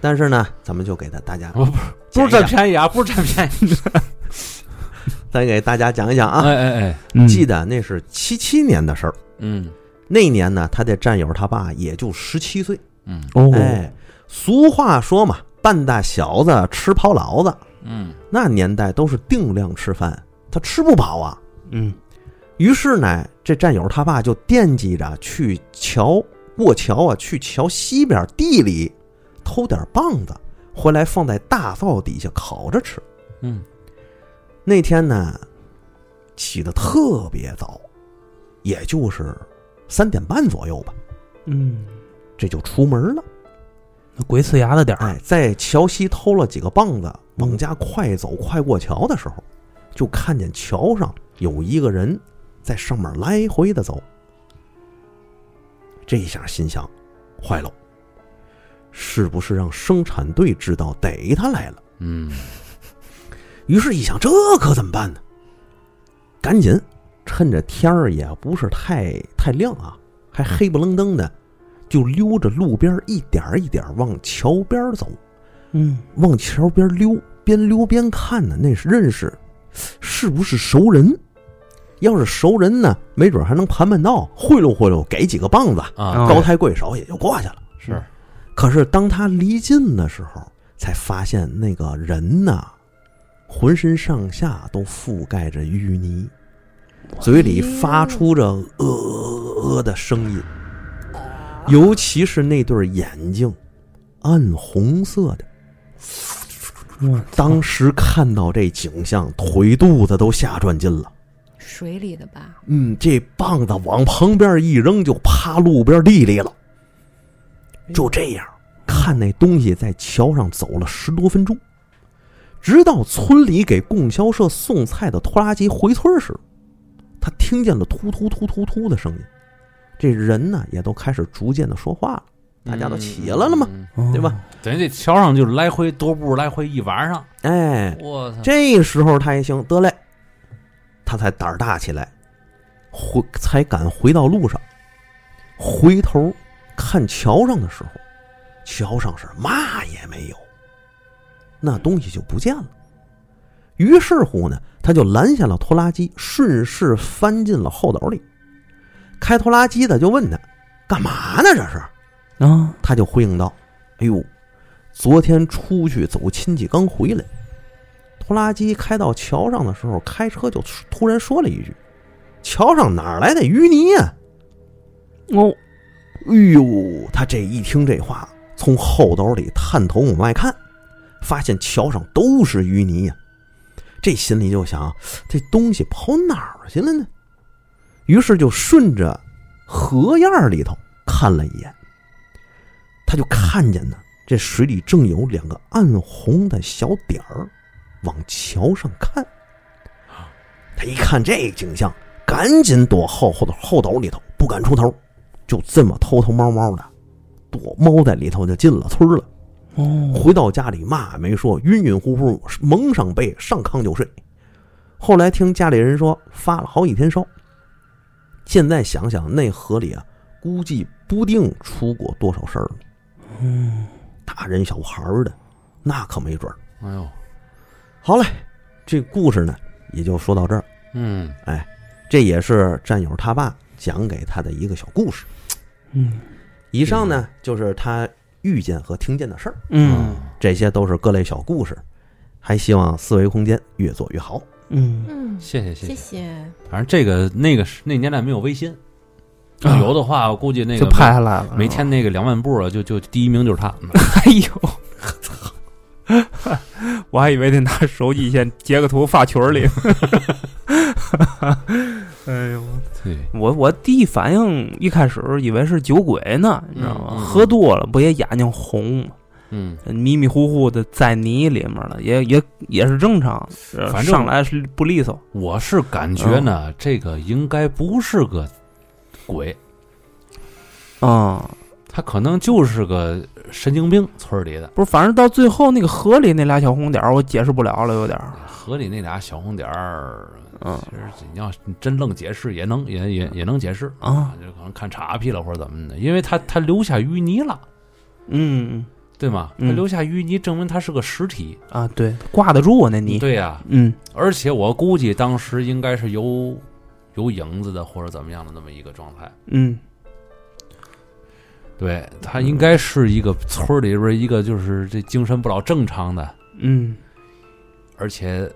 但是呢，咱们就给他大家不不是讲一讲占便宜啊，不是占便宜再给大家讲一讲啊。哎哎哎，记得那是七七年的事儿，嗯那年呢，他的战友他爸也就十七岁。嗯哦，哎，俗话说嘛，半大小子吃跑老子，嗯那年代都是定量吃饭，他吃不饱啊。嗯于是呢，这战友他爸就惦记着去桥过桥啊，去桥西边地里偷点棒子，回来放在大灶底下烤着吃。嗯那天呢，起得特别早，也就是三点半左右吧，嗯，这就出门了。那鬼呲牙的点儿哎，在桥西偷了几个棒子，往家快走快过桥的时候，就看见桥上有一个人在上面来回的走。这下心想，坏了，是不是让生产队知道逮他来了？嗯于是，一想这可怎么办呢？赶紧，趁着天儿也不是太太亮啊，还黑不愣登的，就溜着路边儿一点儿一点儿往桥边儿走。嗯往桥边溜，边溜边看呢，那是认识，是不是熟人？要是熟人呢，没准还能盘盘道，贿赂贿赂，给几个棒子，啊哦高抬贵手也就过去了。是可是当他离近的时候，才发现那个人呐，浑身上下都覆盖着淤泥，嘴里发出着呃呃呃的声音，尤其是那对眼睛，暗红色的。我当时看到这景象，腿肚子都吓转筋了。水里的吧？嗯，这棒子往旁边一扔，就趴路边地里了。哎就这样，看那东西在桥上走了十多分钟，直到村里给供销社送菜的拖拉机回村时，他听见了突突突突突的声音。这人呢，也都开始逐渐的说话了，大家都起来了嘛。嗯嗯对吧？嗯等于这桥上就来回踱步，来回一晚上。哎，我操！这时候他一行得嘞，他才胆儿大起来，回才敢回到路上。回头看桥上的时候，桥上是嘛也没有，那东西就不见了。于是乎呢，他就拦下了拖拉机，顺势翻进了后斗里。开拖拉机的就问他：“干嘛呢？这是？”啊，他就回应道：“哎呦，昨天出去走亲戚刚回来，拖拉机开到桥上的时候，开车就突然说了一句：‘桥上哪儿来的淤泥呀、哦，哎呦，他这一听这话，从后兜里探头往外看，发现桥上都是淤泥呀、这心里就想，这东西跑哪儿去了呢？于是就顺着河沿儿里头看了一眼，他就看见呢，这水里正有两个暗红的小点儿往桥上看。他一看这景象，赶紧躲后后头后斗里头，不敢出头，就这么偷偷摸摸的躲猫在里头就进了村儿了。哦，回到家里嘛也没说，晕晕乎乎蒙上被上炕就睡。后来听家里人说发了好几天烧，现在想想那河里啊，估计不定出过多少事儿呢。嗯，大人小孩儿的，那可没准儿。哎呦，好嘞，这故事呢也就说到这儿。嗯，这也是战友他爸讲给他的一个小故事。嗯以上呢就是他遇见和听见的事儿，嗯啊这些都是各类小故事。还希望思维空间越做越好。嗯，嗯，谢谢谢谢谢。谢。反正这个那个时那年代没有微信，啊有的话我估计那就个拍下来了，每天那个两万步啊，就就第一名就是他。嗯哎呦， (laughs) 我还以为得拿手机先截个图发群 (laughs) 里。哎呦，对，我我第一反应一开始以为是酒鬼呢，你知道吗？嗯嗯嗯喝多了不也眼睛红吗？嗯，迷迷糊糊的在泥里面了，也也也是正常，呃反正上来是不利索。我是感觉呢，哦这个应该不是个鬼，嗯，他可能就是个神经病村儿里的。不是，反正到最后那个河里那俩小红点儿，我解释不了了，有点儿。河里那俩小红点儿，嗯其实你要是真愣解释也能也也也能解释啊，，就可能看岔劈了或者怎么的，因为他他留下淤泥了，嗯对吗？他嗯留下淤泥，证明他是个实体。啊，对，挂得住啊那泥。对呀、嗯而且我估计当时应该是有有影子的或者怎么样的那么一个状态。嗯对他应该是一个村儿里边一个就是这精神不老正常的，嗯，而且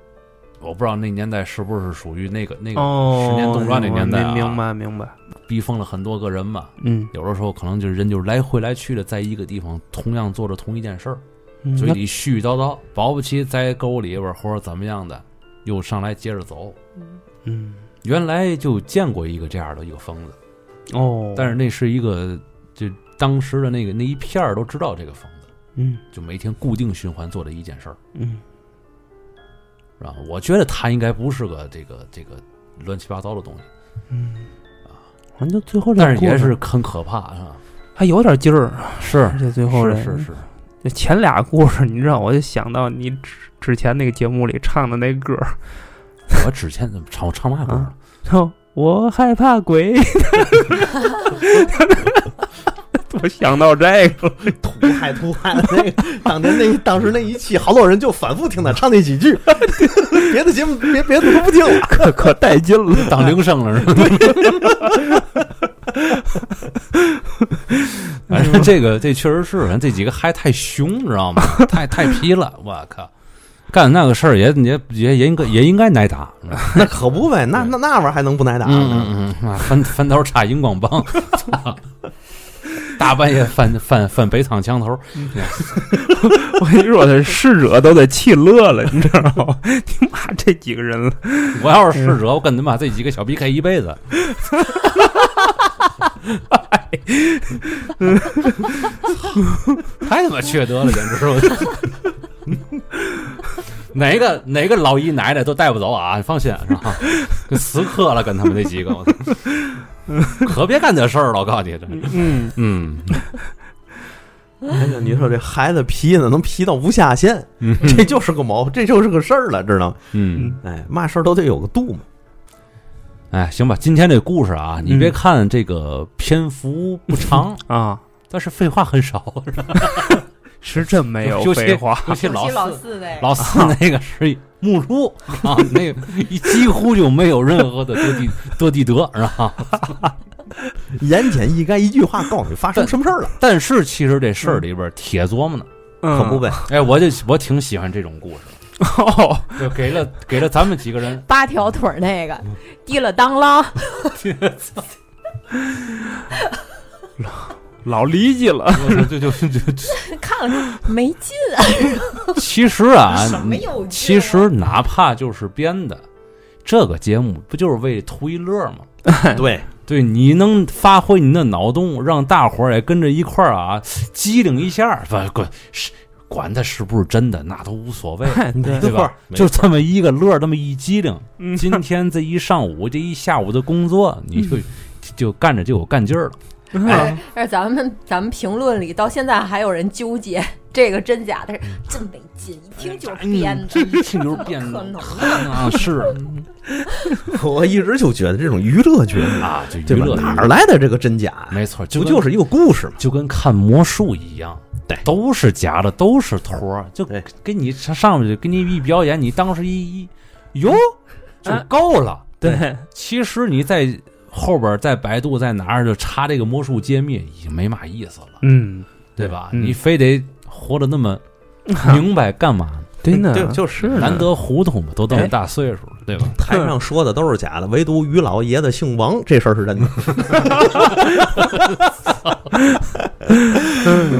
我不知道那年代是不是属于那个那个哦，十年动乱那年代啊明白明白。逼疯了很多个人嘛。嗯，有的时候可能就是人就是来回来去的，在一个地方同样做着同一件事儿，嗯嘴那里絮絮叨叨，保不齐在沟里边儿或者怎么样的，又上来接着走。嗯原来就见过一个这样的一个疯子，哦，但是那是一个，就当时的那个那一片儿都知道这个疯子，嗯就每天固定循环做的一件事儿，嗯是吧？我觉得他应该不是个这个这个乱七八糟的东西，嗯，反正就最后这但是故也事是很可怕啊！还有点劲儿，是而且最后是这是是，就前俩故事，你知道，我就想到你之之前那个节目里唱的那歌儿， (laughs) 我之前怎么唱我唱嘛歌儿啊？然后我害怕鬼， (laughs) 我想到这个了，哎土嗨土嗨的那个，当年那当时那一期，好多人就反复听他唱那几句， (laughs) 别的节目别别的都不听了。可可带劲了。当铃声了是 (laughs) 吧？反正哎这个这确实是，反正这几个嗨太凶，你知道吗？太太皮了，我靠！干那个事儿也也也也应该也应该挨打，嗯那可不呗，那那那玩意儿还能不挨打呢？嗯嗯嗯，啊翻翻头插荧光棒， (laughs) 操大半夜翻翻翻北仓墙头，我跟你说，这逝者都得气乐了，你知道吗？ (laughs) 你妈这几个人了，我要是嗯逝者，我跟他妈这几个小逼 K 一辈子。 (laughs) 太他妈缺德了，简直是！我哪个哪个老姨奶奶都带不走啊！你放心，是吧？跟死磕了，跟他们这几个，我操！ (laughs) 可别干这事儿了，我告诉你，真是嗯，嗯， (laughs) 哎呀，你说这孩子皮呢，能皮到无下限，嗯这就是个毛，这就是个事儿了，知道吗？嗯，哎，嘛事儿都得有个度嘛。哎，行吧，今天这故事啊，你嗯别看这个篇幅不长，啊， (laughs) 但是废话很少，是吧是真没有 (laughs) 尤其废话，尤其老老四四呗，老 (laughs) 四那个是木出啊，那个几乎就没有任何的多地 (laughs) 多地德，是吧？言简意赅，一句话告诉你发生什么事儿了，但是其实这事儿里边儿铁琢磨呢，嗯可不呗？哎，我就我挺喜欢这种故事的，哦，就给了给了咱们几个 (laughs) 人，八条腿儿那嗯个，滴了当啷，老离奇了，，就就就就看了没 (laughs) 劲，其实啊，没有劲。其实哪怕就是编的，这个节目不就是为图一乐吗？ (laughs) 对，对，你能发挥你的脑洞，让大伙儿也跟着一块儿啊，机灵一下儿，不管是管它是不是真的，那都无所 (laughs) 谓对对吧？没错就这么一个乐儿，这么一机 (laughs) 灵，嗯今天这一上午，这一下午的工作，你嗯就就干着就有干劲儿了。哎而咱们咱们评论里到现在还有人纠结这个真假的是，真没劲，一听就是编的，嗯哎这一 (laughs) 听就是编可的，能啊，是 (laughs) 我一直就觉得这种娱乐剧啊，就对娱吧？乐哪儿来的这个真假呀？没错，不跟就是一个故事吗？就跟看魔术一样，对都是假的，都是托儿，就对给你上上去给你一表演，你当时一一哟就够了。对，其实你在后边在百度在哪儿就查这个魔术揭秘已经没嘛意思了，嗯，对吧？嗯你非得活得那么明白干嘛啊呢？真的对就是嗯呢难得糊涂嘛，都这么大岁数了，对吧？台上说的都是假的，唯独于老爷子姓王这事儿是真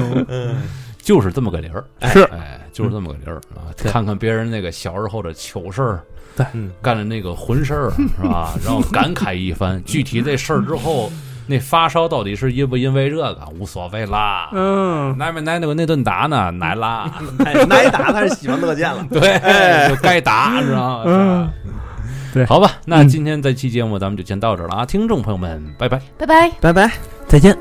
(laughs) 的。就是这么个理儿，是哎，就是这么个理儿啊！对看看别人那个小时候的糗事儿，对嗯干的那个浑事 (laughs) 儿啊是吧？然后感慨一番，具体这事儿之后，那发烧到底是因不因为这个无所谓啦。嗯，奶没奶那个那顿打呢？奶 (laughs) 啦，挨哎打他是喜闻乐见 (laughs) 了。对，就该打，知道吗？哎嗯对嗯好吧，那今天这期节目咱们就先到这儿了啊，听众朋友们，拜拜。拜拜。拜拜。再见。